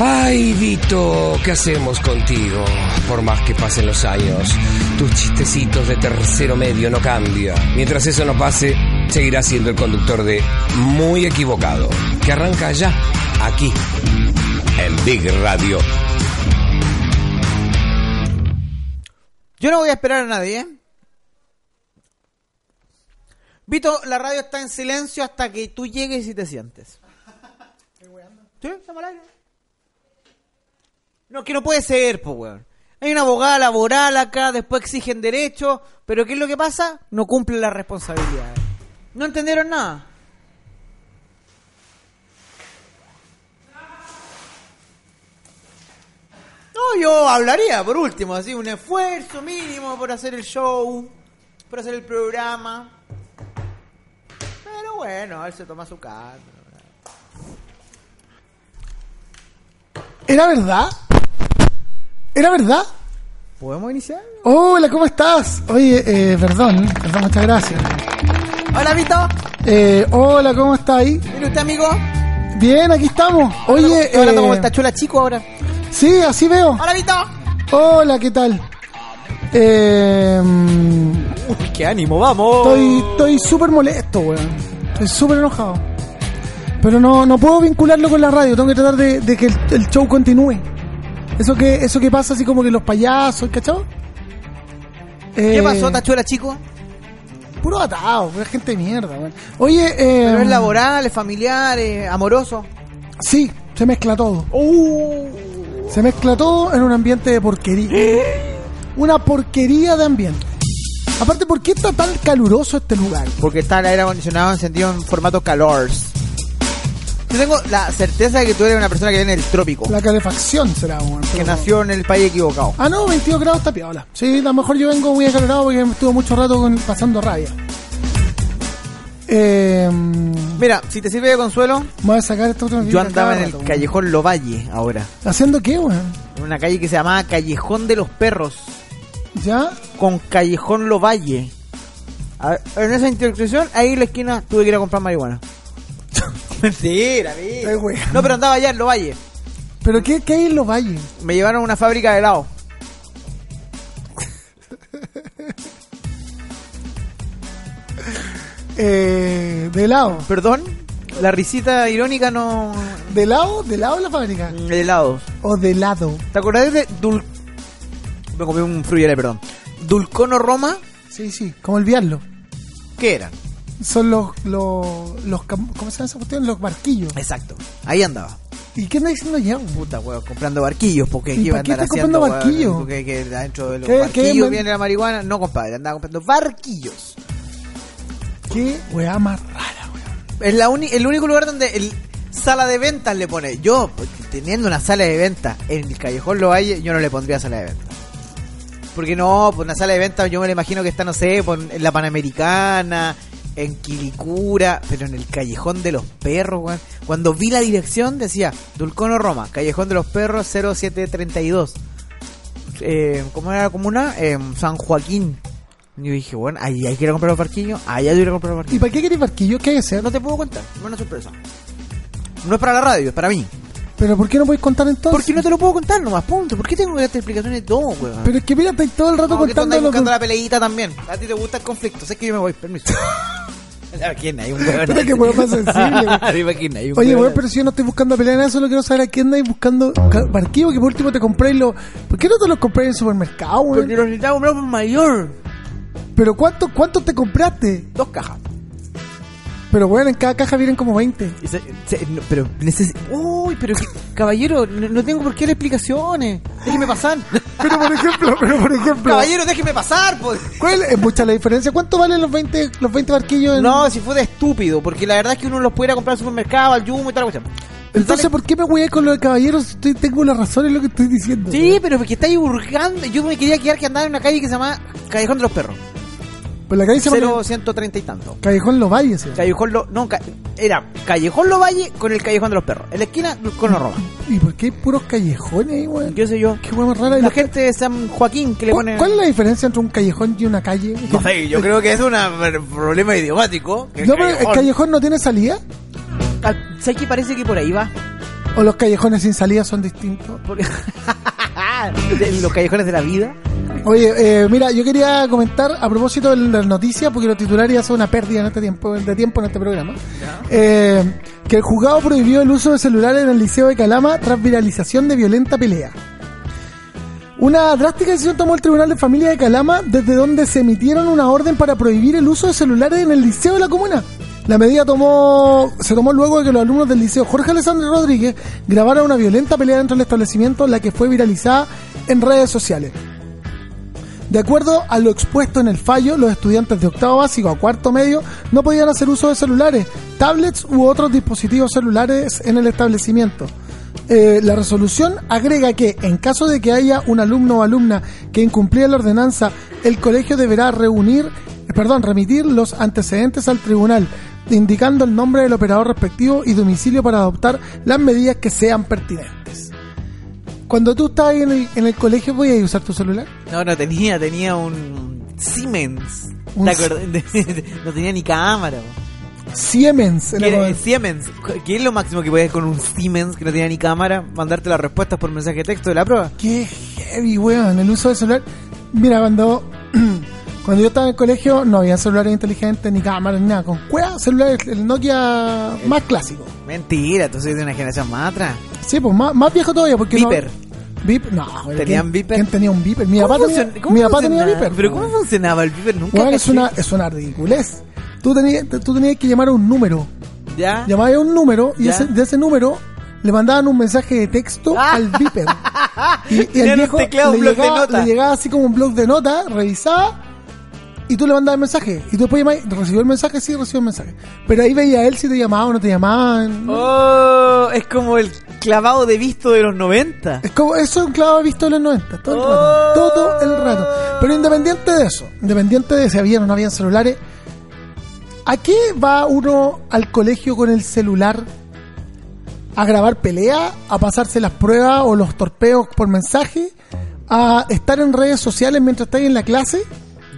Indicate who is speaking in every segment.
Speaker 1: Ay, Vito, ¿qué hacemos contigo? Por más que pasen los años, tus chistecitos de tercero medio no cambian. Mientras eso no pase, seguirás siendo el conductor de Muy Equivocado, que arranca ya, aquí, en Big Radio.
Speaker 2: Yo no voy a esperar a nadie, ¿eh? Vito, la radio está en silencio hasta que tú llegues y te sientes. ¿Sí? Estamos al aire. No, que no puede ser, pues, weón. Hay una abogada laboral acá, después exigen derechos, pero ¿qué es lo que pasa? No cumplen las responsabilidades. No entendieron nada. No, yo hablaría, por último, así, un esfuerzo mínimo por hacer el show, por hacer el programa. Pero bueno, él se toma su calma.
Speaker 3: ¿Era verdad? ¿Era verdad?
Speaker 2: ¿Podemos iniciar?
Speaker 3: Hola, ¿cómo estás? Oye, eh, perdón, perdón, muchas gracias.
Speaker 2: Hola, Vito.
Speaker 3: Eh, hola, ¿cómo estáis?
Speaker 2: ¿Mire usted, amigo?
Speaker 3: Bien, aquí estamos. Oye,
Speaker 2: Estoy hablando como
Speaker 3: eh,
Speaker 2: el tachula chico ahora.
Speaker 3: sí, así veo.
Speaker 2: Hola, Vito.
Speaker 3: Hola, ¿qué tal? Eh, mm,
Speaker 2: Uy, qué ánimo, vamos.
Speaker 3: estoy estoy súper molesto, weón. Estoy súper enojado. Pero no, no puedo vincularlo con la radio. Tengo que tratar de, de que el, el show continúe. Eso que eso que pasa así como que los payasos, ¿cachado?
Speaker 2: ¿Qué
Speaker 3: Eh,
Speaker 2: pasó, tachula chico?
Speaker 3: Puro atado, pura gente de mierda, weón. Oye, eh,
Speaker 2: Pero es laboral, es familiar, es amoroso.
Speaker 3: Sí, se mezcla todo.
Speaker 2: ¡Oh!
Speaker 3: Se mezcla todo en un ambiente de porquería.
Speaker 2: ¿Eh?
Speaker 3: Una porquería de ambiente. Aparte, ¿por qué está tan caluroso este lugar?
Speaker 2: Porque está el aire acondicionado encendido en formato calors. Yo tengo la certeza de que tú eres una persona que viene del trópico,
Speaker 3: La calefacción será, weón.
Speaker 2: que
Speaker 3: pero-
Speaker 2: nació en el país equivocado.
Speaker 3: Ah, no, 22 grados está piola. Sí, a lo mejor yo vengo muy acalorado porque me estuve mucho rato con- pasando rabia. Eh, me
Speaker 2: Mira, si te sirve de consuelo,
Speaker 3: voy a sacar esta otra
Speaker 2: yo
Speaker 3: noticia
Speaker 2: andaba
Speaker 3: cada
Speaker 2: en el
Speaker 3: rato, weón.
Speaker 2: callejón Lovalle ahora,
Speaker 3: ¿Haciendo qué, weón?
Speaker 2: en una calle que se llamaba Callejón de los Perros.
Speaker 3: ¿Ya?
Speaker 2: con Callejón Lovalle. A ver, en esa intersección, ahí en la esquina, tuve que ir a comprar marihuana. Mentira, mira.
Speaker 3: Ay, güey.
Speaker 2: No, pero andaba allá en Lovalle.
Speaker 3: ¿Pero qué, qué hay en los valles?
Speaker 2: Me llevaron a una fábrica de helado.
Speaker 3: Eh, de helado.
Speaker 2: Perdón, la risita irónica no.
Speaker 3: ¿De helado? ¿De helado en la fábrica?
Speaker 2: de helados.
Speaker 3: ¿O de helado?
Speaker 2: ¿Te acordás de Dul. Me comí un fruyere, perdón. Dulcono Roma,
Speaker 3: Sí, sí, como olvidarlo.
Speaker 2: ¿qué era?
Speaker 3: Son los, los, los cam- ¿cómo se llama esa cuestión? Los barquillos.
Speaker 2: Exacto, ahí andaba.
Speaker 3: ¿Y qué anda diciendo ya?
Speaker 2: Puta, weón, comprando barquillos, porque
Speaker 3: ¿Y
Speaker 2: aquí iba a
Speaker 3: para qué
Speaker 2: andar
Speaker 3: estás
Speaker 2: haciendo.
Speaker 3: comprando
Speaker 2: weón,
Speaker 3: barquillos?
Speaker 2: Porque que dentro de los
Speaker 3: ¿Qué- qué
Speaker 2: barquillos
Speaker 3: man-
Speaker 2: viene la marihuana. No, compadre, andaba comprando barquillos.
Speaker 3: ¿Qué weá más rara, weón?
Speaker 2: Es la uni- el único lugar donde el sala de ventas le pone. Yo, porque teniendo una sala de ventas en el Callejón Lo Valle, yo no le pondría sala de ventas. Porque no, pues una sala de ventas yo me la imagino que está, no sé, por- en la Panamericana, en Quilicura, pero en el Callejón de los Perros, weón. Cuando vi la dirección decía Dulcono Roma, Callejón de los Perros 0732. Eh, ¿Cómo era la comuna? Eh, San Joaquín. Y Yo dije, bueno, ahí hay que ir a comprar los barquillos, allá yo ir a comprar los barquillos.
Speaker 3: ¿Y para qué querés barquillos? ¿Qué hay que hacer?
Speaker 2: No te puedo contar, no es una sorpresa. No es para la radio, es para mí.
Speaker 3: ¿Pero por qué no podéis contar entonces?
Speaker 2: Porque no te lo puedo contar nomás, punto. ¿Por qué tengo que darte explicaciones de todo, weón?
Speaker 3: Pero es que mira, estáis todo el rato
Speaker 2: No, que tú
Speaker 3: contando
Speaker 2: andas
Speaker 3: lo
Speaker 2: buscando
Speaker 3: que...
Speaker 2: la peleita también. A ti te gusta el conflicto, sé que yo me voy, permiso. ¿A quién hay un
Speaker 3: Puta, qué weón más sensible, weón.
Speaker 2: Arriba quién hay un
Speaker 3: Oye,
Speaker 2: weón.
Speaker 3: weón, pero si yo no estoy buscando pelear nada, solo quiero saber a quién andáis buscando ca- barquillos, que por último te compréis los... ¿Por qué no te los compréis en el supermercado,
Speaker 2: Porque
Speaker 3: weón?
Speaker 2: los necesitaba comprar por mayor.
Speaker 3: ¿Pero cuántos cuántos te compraste?
Speaker 2: Dos cajas.
Speaker 3: Pero bueno, en cada caja vienen como 20.
Speaker 2: Y se- se- no, pero necesito. Uy, pero que- caballero, no, no tengo por qué dar explicaciones. Déjeme pasar.
Speaker 3: Pero por ejemplo, pero por ejemplo...
Speaker 2: caballero, déjeme pasar, pues.
Speaker 3: ¿Cuál es mucha la diferencia? ¿Cuánto valen los 20, los 20 barquillos? en-
Speaker 2: No, si fue de estúpido, porque la verdad es que uno los pudiera comprar al supermercado, al Yumo y tal la cuestión.
Speaker 3: Entonces, ¿por qué me hueé con los caballeros? Estoy, tengo la razón en lo que estoy diciendo.
Speaker 2: Sí, pero porque estáis hurgando. Yo me quería quedar que andaba en una calle que se llama Callejón de los Perros.
Speaker 3: Pues la calle se llama
Speaker 2: 0130 y tanto.
Speaker 3: Callejón Los Valles. se llama.
Speaker 2: Callejón Lo... No, ca- era Callejón Lo Valle con el Callejón de los Perros. En la esquina con los Roma.
Speaker 3: ¿Y por qué hay puros callejones ahí, weón?
Speaker 2: Yo sé yo.
Speaker 3: Qué hueá más rara. Y
Speaker 2: La
Speaker 3: los-
Speaker 2: gente de San Joaquín que le
Speaker 3: ¿Cuál,
Speaker 2: pone...
Speaker 3: cuál es la diferencia entre un callejón y una calle?
Speaker 2: No sé, yo creo que es un problema idiomático. que el
Speaker 3: No, pero el
Speaker 2: callejón-
Speaker 3: callejón no tiene salida.
Speaker 2: Ah, ¿Sabes qué? Parece que por ahí va.
Speaker 3: O los callejones sin salida son distintos.
Speaker 2: Porque- De los callejones de la vida.
Speaker 3: Oye, eh, mira, yo quería comentar a propósito de las noticias, porque los titulares ya son una pérdida en este tiempo, de tiempo en este programa, eh, que el juzgado prohibió el uso de celulares en el Liceo de Calama tras viralización de violenta pelea. Una drástica decisión tomó el Tribunal de Familia de Calama, desde donde se emitieron una orden para prohibir el uso de celulares en el liceo de la comuna. La medida tomó, se tomó luego de que los alumnos del liceo Jorge Alessandro Rodríguez grabaran una violenta pelea dentro del establecimiento, la que fue viralizada en redes sociales. De acuerdo a lo expuesto en el fallo, los estudiantes de octavo básico a cuarto medio no podían hacer uso de celulares, tablets u otros dispositivos celulares en el establecimiento. Eh, la resolución agrega que, en caso de que haya un alumno o alumna que incumpliera la ordenanza, el colegio deberá reunir, eh, perdón, remitir los antecedentes al tribunal, indicando el nombre del operador respectivo y domicilio para adoptar las medidas que sean pertinentes. Cuando tú estás en el, en el colegio, ¿voy a usar tu celular?
Speaker 2: No, no tenía, tenía un Siemens.
Speaker 3: Un
Speaker 2: ¿Te acordás? no tenía ni cámara.
Speaker 3: Siemens. en
Speaker 2: Que
Speaker 3: el
Speaker 2: era-
Speaker 3: momento.
Speaker 2: Siemens. ¿Qué es lo máximo que podías con un Siemens que no tenía ni cámara? Mandarte las respuestas por mensaje de texto de la prueba.
Speaker 3: Qué heavy, weón, el uso del celular. Mira, cuando, cuando yo estaba en el colegio no había celulares inteligentes, ni cámaras, ni nada. Con cueva, celular, el Nokia más clásico.
Speaker 2: Mentira, tú soy de una generación más atrás.
Speaker 3: Sí, pues más, más viejo todavía. porque no-
Speaker 2: Viper.
Speaker 3: Vip- no, weón,
Speaker 2: ¿Tenían
Speaker 3: ¿quién-
Speaker 2: Viper?
Speaker 3: ¿Quién tenía un Viper? Mi
Speaker 2: ¿Cómo
Speaker 3: papá tenía,
Speaker 2: funcion- cómo
Speaker 3: mi papá tenía
Speaker 2: funcionaba?
Speaker 3: Viper.
Speaker 2: ¿Pero
Speaker 3: weón.
Speaker 2: cómo funcionaba el Viper? Nunca
Speaker 3: Weón, es
Speaker 2: caché.
Speaker 3: una, es una ridiculez. Tú tenías, tú tenías que llamar a un número.
Speaker 2: ¿Ya?
Speaker 3: Llamabas a un número y
Speaker 2: Ya.
Speaker 3: ese- de ese número le mandaban un mensaje de texto
Speaker 2: Ah.
Speaker 3: al Viper. Y, y
Speaker 2: Era
Speaker 3: el
Speaker 2: un
Speaker 3: viejo
Speaker 2: teclado,
Speaker 3: le,
Speaker 2: un bloc de
Speaker 3: llegaba,
Speaker 2: nota.
Speaker 3: le llegaba así como un blog de nota, revisaba y tú le mandabas el mensaje. Y tú después llamabas, ¿recibió el mensaje? Sí, recibió el mensaje. Pero ahí veía él si te llamaba o no te llamaban.
Speaker 2: Oh, es como el clavado de visto de los 90.
Speaker 3: Es como, eso es un clavo visto en los 90, todo el
Speaker 2: Oh.
Speaker 3: rato. Todo el rato. Pero independiente de eso, independiente de si habían o no habían celulares, ¿a qué va uno al colegio con el celular? ¿A grabar pelea? ¿A pasarse las pruebas o los torpeos por mensaje? ¿A estar en redes sociales mientras estáis en la clase?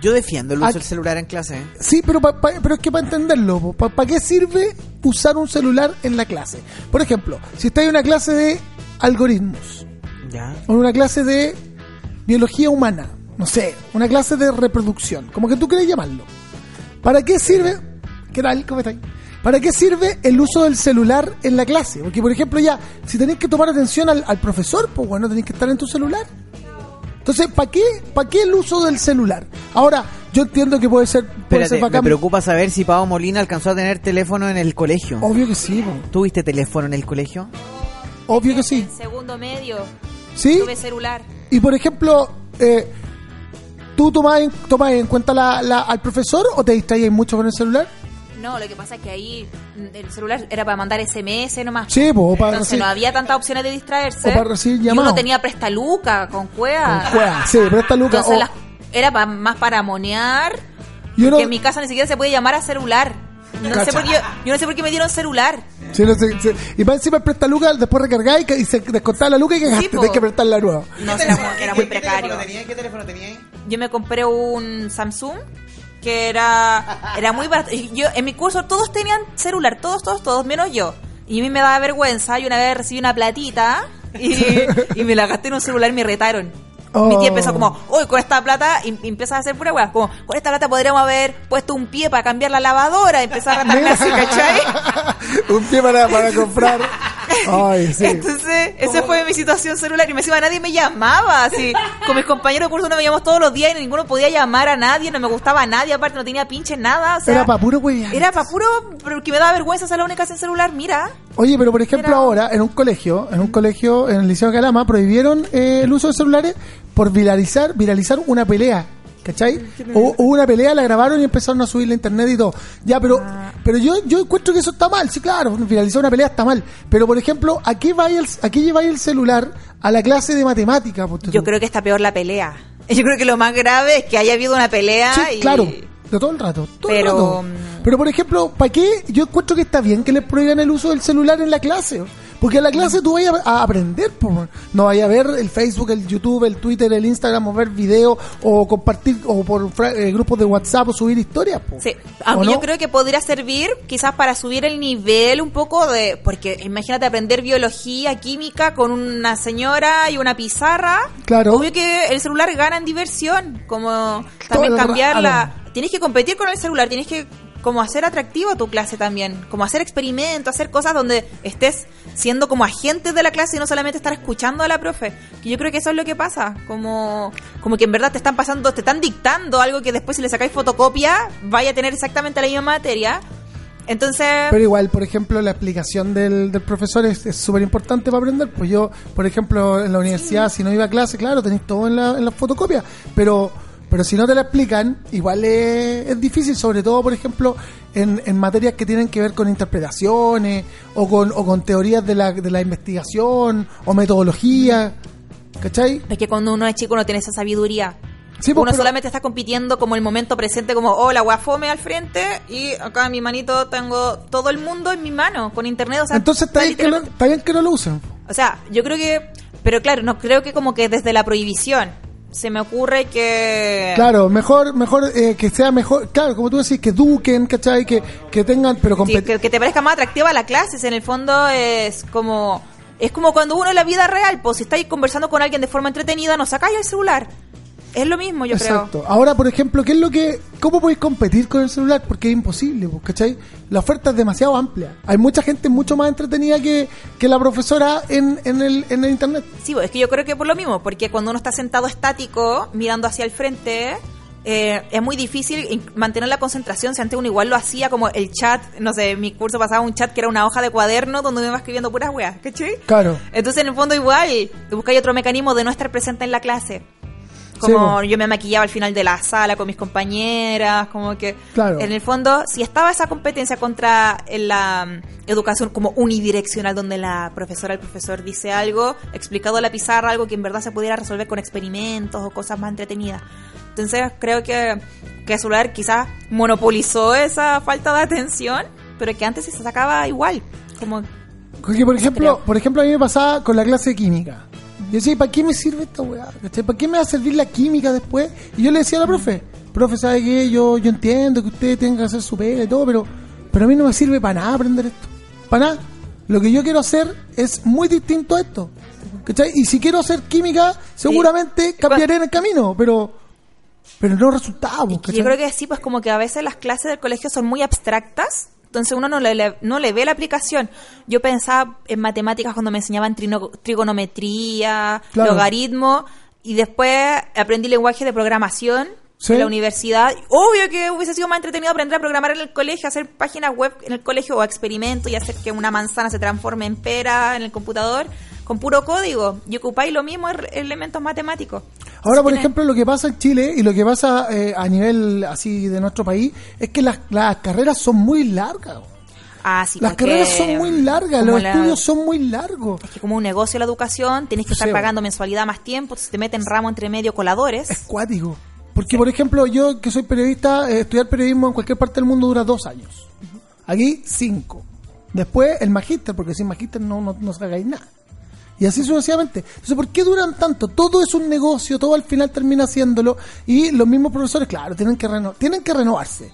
Speaker 2: Yo defiendo el
Speaker 3: Ah,
Speaker 2: uso del celular en clase. ¿eh?
Speaker 3: Sí, pero, pa- pa- pero es que para entenderlo, ¿para qué sirve usar un celular en la clase? Por ejemplo, si estáis en una clase de algoritmos,
Speaker 2: Ya.
Speaker 3: o en una clase de biología humana, no sé, una clase de reproducción, como que tú quieres llamarlo. ¿Para qué sirve? ¿Qué tal? ¿Cómo estáis? ¿Para qué sirve el uso del celular en la clase? Porque, por ejemplo, ya, si tenéis que tomar atención al, al profesor, pues bueno, tenéis que estar en tu celular. Entonces, ¿para qué, ¿para qué el uso del celular? Ahora, yo entiendo que puede ser, puede ser
Speaker 2: Espérate, me
Speaker 3: bacán.
Speaker 2: preocupa saber si Pablo Molina alcanzó a tener teléfono en el colegio.
Speaker 3: Obvio que sí, po.
Speaker 2: ¿Tuviste teléfono en el colegio?
Speaker 3: obvio que sí.
Speaker 4: Segundo medio.
Speaker 3: ¿Sí?
Speaker 4: Tuve celular.
Speaker 3: Y por ejemplo, eh, ¿tú tomás en, tomás en cuenta la- la- al profesor o te distraías mucho con el celular?
Speaker 4: No, lo que pasa es que ahí mm, el celular era para mandar SMS nomás.
Speaker 3: Sí, po, o para
Speaker 4: Entonces
Speaker 3: recibir-
Speaker 4: no había tantas opciones de distraerse.
Speaker 3: O para recibir
Speaker 4: Y
Speaker 3: llamados.
Speaker 4: uno tenía prestaluca con cueva.
Speaker 3: Con cueva, sí, prestaluca,
Speaker 4: Entonces
Speaker 3: o-
Speaker 4: las- era pa- más para monear.
Speaker 3: Yo no-
Speaker 4: Porque en mi casa ni siquiera se puede llamar a celular. No
Speaker 3: Cacha.
Speaker 4: sé por qué, yo, yo no sé por qué me dieron celular.
Speaker 3: Sí, no sé, sí. Y más encima presta luca, después recargáis y, ca- y se descontaba la luca y cagaste,
Speaker 4: Sí, po.
Speaker 3: tenés que apretar la nueva.
Speaker 4: No sé, era muy, era muy precario.
Speaker 2: ¿Qué teléfono tenía?
Speaker 4: Yo me compré un Samsung que era era muy barato. Y Yo en mi curso todos tenían celular, todos, todos, todos, menos yo. Y a mí me daba vergüenza. Y una vez recibí una platita y, y me la gasté en un celular y me retaron. Mi tía empezó como, uy, con esta plata, y, y empiezas a hacer pura weá. Como, con esta plata podríamos haber puesto un pie para cambiar la lavadora. Y empezar a retarme así, ¿cachai?
Speaker 3: Un pie para, para comprar. Ay, sí.
Speaker 4: Entonces, esa fue mi situación celular. Y me decía, nadie me llamaba. Así, con mis compañeros de curso no me llamamos todos los días y ninguno podía llamar a nadie, no me gustaba a nadie, aparte no tenía pinches nada. O sea,
Speaker 3: Era para puro huevear.
Speaker 4: Era pa' puro, pero que me daba vergüenza ser la única sin celular, mira.
Speaker 3: Oye, pero por ejemplo
Speaker 4: Era-
Speaker 3: ahora, en un colegio, en un colegio, en el Liceo de Calama, prohibieron eh, el uso de celulares por viralizar, viralizar una pelea. ¿Cachai? Hubo, hubo una pelea, la grabaron y empezaron a subirla a internet y todo. Ya, pero pero yo, yo encuentro que eso está mal, sí, claro, viralizar una pelea está mal. Pero, por ejemplo, ¿a qué, vais el, a qué lleváis el celular a la clase de matemática? pues,
Speaker 4: Yo creo que está peor la pelea. Yo creo que lo más grave es que haya habido una pelea
Speaker 3: Sí,
Speaker 4: y...
Speaker 3: claro. Pero todo el rato, todo el
Speaker 4: Pero,
Speaker 3: rato.
Speaker 4: mm.
Speaker 3: Pero por ejemplo, ¿para qué? Yo encuentro que está bien que les prohíban el uso del celular en la clase. Porque a la clase tú vayas a aprender, po, weón. no vayas a ver el Facebook, el YouTube, el Twitter, el Instagram, o ver videos, o compartir, o por fra- eh, grupos de WhatsApp, o subir historias. po.
Speaker 4: Sí, a
Speaker 3: ¿O
Speaker 4: mí yo
Speaker 3: no?
Speaker 4: creo que podría servir quizás para subir el nivel un poco de... Porque imagínate aprender biología, química con una señora y una pizarra.
Speaker 3: Claro.
Speaker 4: Obvio que el celular gana en diversión, como también
Speaker 3: el
Speaker 4: cambiar la...
Speaker 3: rato.
Speaker 4: Tienes que competir con el celular, tienes que como hacer atractiva tu clase también, como hacer experimentos, hacer cosas donde estés siendo como agente de la clase y no solamente estar escuchando a la profe. Que yo creo que eso es lo que pasa, como como que en verdad te están pasando, te están dictando algo que después si le sacáis fotocopia vaya a tener exactamente la misma materia. Entonces,
Speaker 3: Pero igual, por ejemplo, la explicación del, del profesor es es súper importante para aprender. Pues yo, por ejemplo, en la universidad, si no iba a clase, claro, tenéis todo en la, en la fotocopia. Pero, pero si no te la explican, igual es, es difícil, sobre todo, por ejemplo, en, en materias que tienen que ver con interpretaciones o con, o con teorías de la, de la investigación o metodología. ¿Cachai?
Speaker 4: es que cuando uno es chico no tiene esa sabiduría.
Speaker 3: Sí, pues,
Speaker 4: uno
Speaker 3: pero-
Speaker 4: solamente está compitiendo como el momento presente, como, oh, la guafome al frente y acá en mi manito tengo todo el mundo en mi mano, con internet. O sea,
Speaker 3: Entonces está
Speaker 4: está
Speaker 3: bien, que no,
Speaker 4: literalmente-
Speaker 3: está bien que no lo usen.
Speaker 4: O sea, yo creo que... Pero claro, no creo que como que desde la prohibición se me ocurre que...
Speaker 3: Claro, mejor, mejor eh, que sea mejor, claro, como tú decís, que duquen, ¿cachai? Que, que tengan, pero
Speaker 4: Sí,
Speaker 3: compet-
Speaker 4: que, que te parezca más atractiva la clase, si en el fondo es como es como cuando uno en la vida real, pues si estáis conversando con alguien de forma entretenida, no sacáis el celular. Es lo mismo, yo
Speaker 3: Exacto. Ahora, por ejemplo, ¿qué es lo que cómo podéis competir con el celular? Porque es imposible, pues, ¿cachai? La oferta es demasiado amplia. Hay mucha gente mucho más entretenida que, que la profesora en, en el en el internet.
Speaker 4: creo. Sí, pues, es que yo creo que por lo mismo, porque cuando uno está sentado estático, mirando hacia el frente, eh, es muy difícil in- mantener la concentración. Si antes uno igual lo hacía, como el chat, no sé, en mi curso pasaba un chat que era una hoja de cuaderno donde uno iba escribiendo puras weas, ¿cachai?
Speaker 3: Claro.
Speaker 4: Entonces, en el fondo, igual, buscáis otro mecanismo de no estar presente en la clase. Como
Speaker 3: Sí,
Speaker 4: yo me maquillaba al final de la sala con mis compañeras, como que.
Speaker 3: Claro.
Speaker 4: En el fondo, si estaba esa competencia contra la mm, educación como unidireccional, donde la profesora, el profesor dice algo, explicado a la pizarra, algo que en verdad se pudiera resolver con experimentos o cosas más entretenidas. Entonces, creo que, que el celular quizás monopolizó esa falta de atención, pero que antes sí se sacaba igual. Como.
Speaker 3: Porque, por ejemplo,
Speaker 4: creo.
Speaker 3: por ejemplo, a mí me pasaba con la clase de química. Yo decía, ¿para qué me sirve esta weá? ¿Cachai? ¿Para qué me va a servir la química después? Y yo le decía a la profe, profe, ¿sabe qué? Yo, yo entiendo que usted tenga que hacer su pega y todo, pero, pero a mí no me sirve para nada aprender esto. Para nada. Lo que yo quiero hacer es muy distinto a esto. ¿Cachai? Y si quiero hacer química, seguramente cambiaré en el camino, pero, pero no resultaba.
Speaker 4: Que yo creo que sí, pues como que a veces las clases del colegio son muy abstractas, entonces uno no le, le- no le ve la aplicación. Yo pensaba en matemáticas cuando me enseñaban trino- trigonometría,
Speaker 3: Claro.
Speaker 4: logaritmo, y después aprendí lenguaje de programación
Speaker 3: Sí.
Speaker 4: en la universidad. Obvio que hubiese sido más entretenido aprender a programar en el colegio, hacer páginas web en el colegio o experimentos y hacer que una manzana se transforme en pera en el computador con puro código y ocupáis lo mismo er- elementos matemáticos.
Speaker 3: Ahora, por
Speaker 4: Tiene-
Speaker 3: ejemplo, lo que pasa en Chile y lo que pasa eh, a nivel así de nuestro país es que las, las carreras son muy largas. güey.
Speaker 4: Ah, sí,
Speaker 3: Las
Speaker 4: porque-
Speaker 3: carreras son muy largas,
Speaker 4: como
Speaker 3: los
Speaker 4: la-
Speaker 3: estudios son muy largos.
Speaker 4: Es Pues que como un negocio la educación, tienes que estar
Speaker 3: Sí, bueno.
Speaker 4: pagando mensualidad más tiempo, se te meten ramo entre medio
Speaker 3: Es
Speaker 4: coladores.
Speaker 3: cuático. Porque, por ejemplo, yo que soy periodista, eh, estudiar periodismo en cualquier parte del mundo dura dos años. Aquí, cinco. Después, el magíster, porque sin magíster no, no, no sacáis nada. Y así sucesivamente. Entonces, ¿por qué duran tanto? Todo es un negocio, todo al final termina haciéndolo. Y los mismos profesores, claro, tienen que, reno- tienen que renovarse.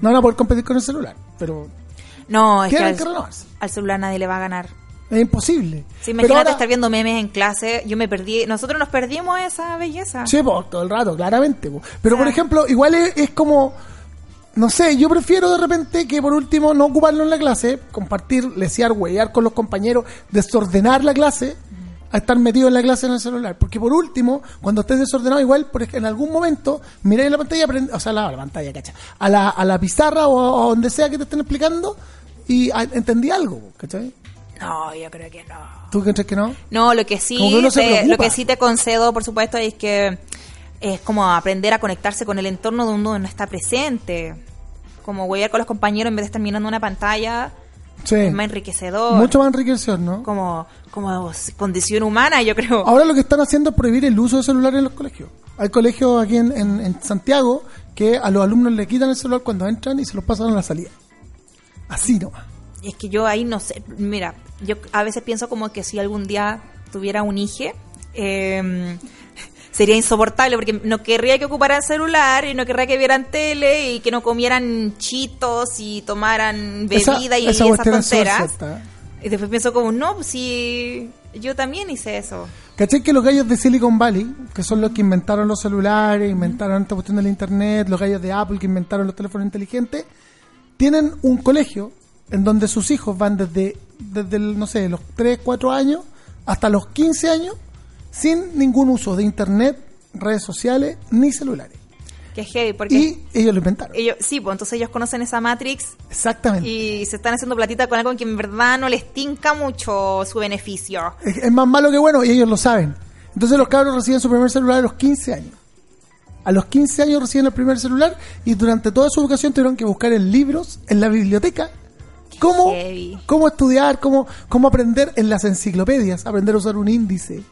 Speaker 3: No van a poder competir con el celular, pero
Speaker 4: No, es que
Speaker 3: tienen
Speaker 4: al,
Speaker 3: que renovarse.
Speaker 4: al celular nadie le va a ganar.
Speaker 3: Es imposible. Pero
Speaker 4: Sí, imagínate
Speaker 3: ahora-
Speaker 4: estar viendo memes en clase, yo me perdí, nosotros nos perdimos esa belleza.
Speaker 3: Sí, po, todo el rato, claramente. po. Pero, por
Speaker 4: Ah.
Speaker 3: ejemplo, igual es, es como, no sé, yo prefiero de repente que por último no ocuparlo en la clase, compartir, lesear, huellar con los compañeros, desordenar la clase,
Speaker 4: Mm.
Speaker 3: a estar metido en la clase en el celular. Porque por último, cuando estés desordenado, igual, por ej- en algún momento, miráis la pantalla, aprend- o sea, la, la pantalla, cacha, a la, a la pizarra o a, a donde sea que te estén explicando y ah, entendí algo, po, ¿cachai?
Speaker 4: No, yo creo que no.
Speaker 3: ¿Tú crees que no?
Speaker 4: No, lo que sí,
Speaker 3: Como que uno se
Speaker 4: te,
Speaker 3: preocupa.
Speaker 4: lo que sí te concedo, por supuesto, es que es como aprender a conectarse con el entorno donde uno no está presente. Como huevear con los compañeros en vez de estar mirando una pantalla,
Speaker 3: Sí.
Speaker 4: es más enriquecedor.
Speaker 3: Mucho más enriquecedor, ¿no?
Speaker 4: como, como condición humana, yo creo.
Speaker 3: Oh, Ahora lo que están haciendo es prohibir el uso de celulares en los colegios. Hay colegios aquí en, en- en Santiago que a los alumnos le quitan el celular cuando entran y se los pasan a la salida. Así nomás.
Speaker 4: Y Es que yo ahí no sé. Mira, yo a veces pienso como que si algún día tuviera un hije, eh, sería insoportable porque no querría que ocuparan celular y no querría que vieran tele y que no comieran chitos y tomaran
Speaker 3: Esa-
Speaker 4: bebida y
Speaker 3: esa
Speaker 4: esas
Speaker 3: cuestión es súper
Speaker 4: tonteras.
Speaker 3: cierta, ¿eh?
Speaker 4: Y después pienso como, no, pues si yo también hice eso.
Speaker 3: ¿Cachai que los gallos de Silicon Valley, que son los que inventaron los celulares, inventaron esta cuestión del internet, los gallos de Apple que inventaron los teléfonos inteligentes, tienen un colegio en donde sus hijos van desde, desde el, no sé, los 3, 4 años hasta los 15 años sin ningún uso de internet, redes sociales ni celulares.
Speaker 4: Que es heavy, porque
Speaker 3: Y ellos lo inventaron.
Speaker 4: ellos, sí, pues entonces ellos conocen esa Matrix
Speaker 3: Exactamente.
Speaker 4: y se están haciendo platita con algo que en verdad no les tinca mucho su beneficio.
Speaker 3: Es, es más malo que bueno y ellos lo saben. Entonces los cabros reciben su primer celular a los 15 años. A los 15 años reciben el primer celular y durante toda su educación tuvieron que buscar en libros, en la biblioteca, cómo,
Speaker 4: heavy.
Speaker 3: cómo estudiar, cómo, cómo aprender en las enciclopedias, aprender a usar un índice.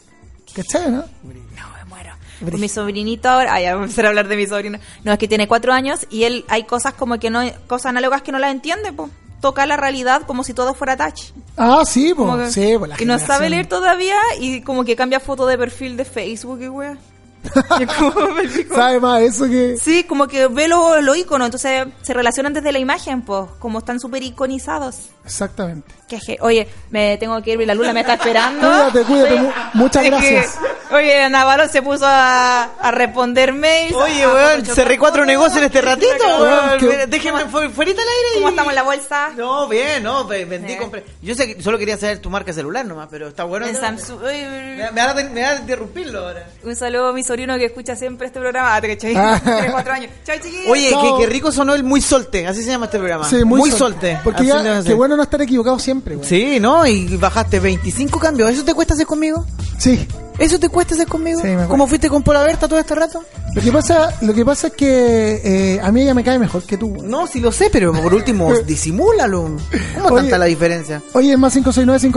Speaker 3: ¿Cachai, no?
Speaker 4: No, me muero. Con mi sobrinito ahora, ay, ya voy a empezar a hablar de mi sobrino. No, es que tiene cuatro años y él hay cosas como que no, cosas análogas que no las entiende, pues. Toca la realidad como si todo fuera touch.
Speaker 3: Ah, sí,
Speaker 4: Como
Speaker 3: pues.
Speaker 4: que-
Speaker 3: Sí, po, la
Speaker 4: y no sabe
Speaker 3: generación.
Speaker 4: leer todavía y como que cambia foto de perfil de Facebook y wea. Y es como-
Speaker 3: Sabe más eso que...
Speaker 4: sí, como que ve los lo iconos, entonces se relacionan desde la imagen, pues, como están súper iconizados.
Speaker 3: Exactamente.
Speaker 4: Qué je- Oye, me tengo que ir, la Lula me está esperando.
Speaker 3: Cuídate, cuídate,
Speaker 4: Oye,
Speaker 3: mu- muchas
Speaker 4: es que-
Speaker 3: gracias.
Speaker 4: oye, Navarro se puso a, a responder mails.
Speaker 2: Oye,
Speaker 4: Ah,
Speaker 2: weón,
Speaker 4: puta,
Speaker 2: cerré
Speaker 4: chocar-
Speaker 2: cuatro negocios en este ratito,
Speaker 3: Weón,
Speaker 2: weón.
Speaker 3: qué-
Speaker 2: Mira, Déjenme fu- fuerita al aire. y-
Speaker 4: ¿Cómo estamos en la bolsa?
Speaker 2: No, bien, no, ve- vendí,
Speaker 4: Eh.
Speaker 2: compré. Yo sé que solo quería saber tu marca celular nomás, pero está bueno.
Speaker 4: En
Speaker 2: ¿no?
Speaker 4: Samsung.
Speaker 2: Me,
Speaker 4: Uy,
Speaker 2: me van a ten- me van a interrumpirlo ahora.
Speaker 4: Un saludo a mi sobrino que escucha siempre este programa. Ah, te cachai.
Speaker 3: Ah.
Speaker 4: Tiene cuatro años. Chao, chiquillos.
Speaker 2: Oye,
Speaker 3: Chao.
Speaker 2: qué, qué rico sonó el muy solte, así se llama este programa.
Speaker 3: Sí,
Speaker 2: muy,
Speaker 3: sol-
Speaker 2: solte.
Speaker 3: Porque
Speaker 2: así le van a
Speaker 3: ya, qué
Speaker 2: hacer.
Speaker 3: bueno no estar equivocado siempre, güey.
Speaker 2: Sí, ¿no? Y bajaste 25 cambios. ¿Eso te cuesta hacer conmigo?
Speaker 3: sí.
Speaker 2: ¿Eso te cuesta hacer conmigo?
Speaker 3: Sí, me cuesta.
Speaker 2: ¿Cómo fuiste con Pola Berta todo este rato?
Speaker 3: Lo que pasa, lo que pasa es que eh, a mí ella me cae mejor que tú. güey.
Speaker 2: No, sí lo sé, pero por último, disimúlalo. ¿Cómo
Speaker 3: Oye.
Speaker 2: tanta la diferencia?
Speaker 3: Oye, es más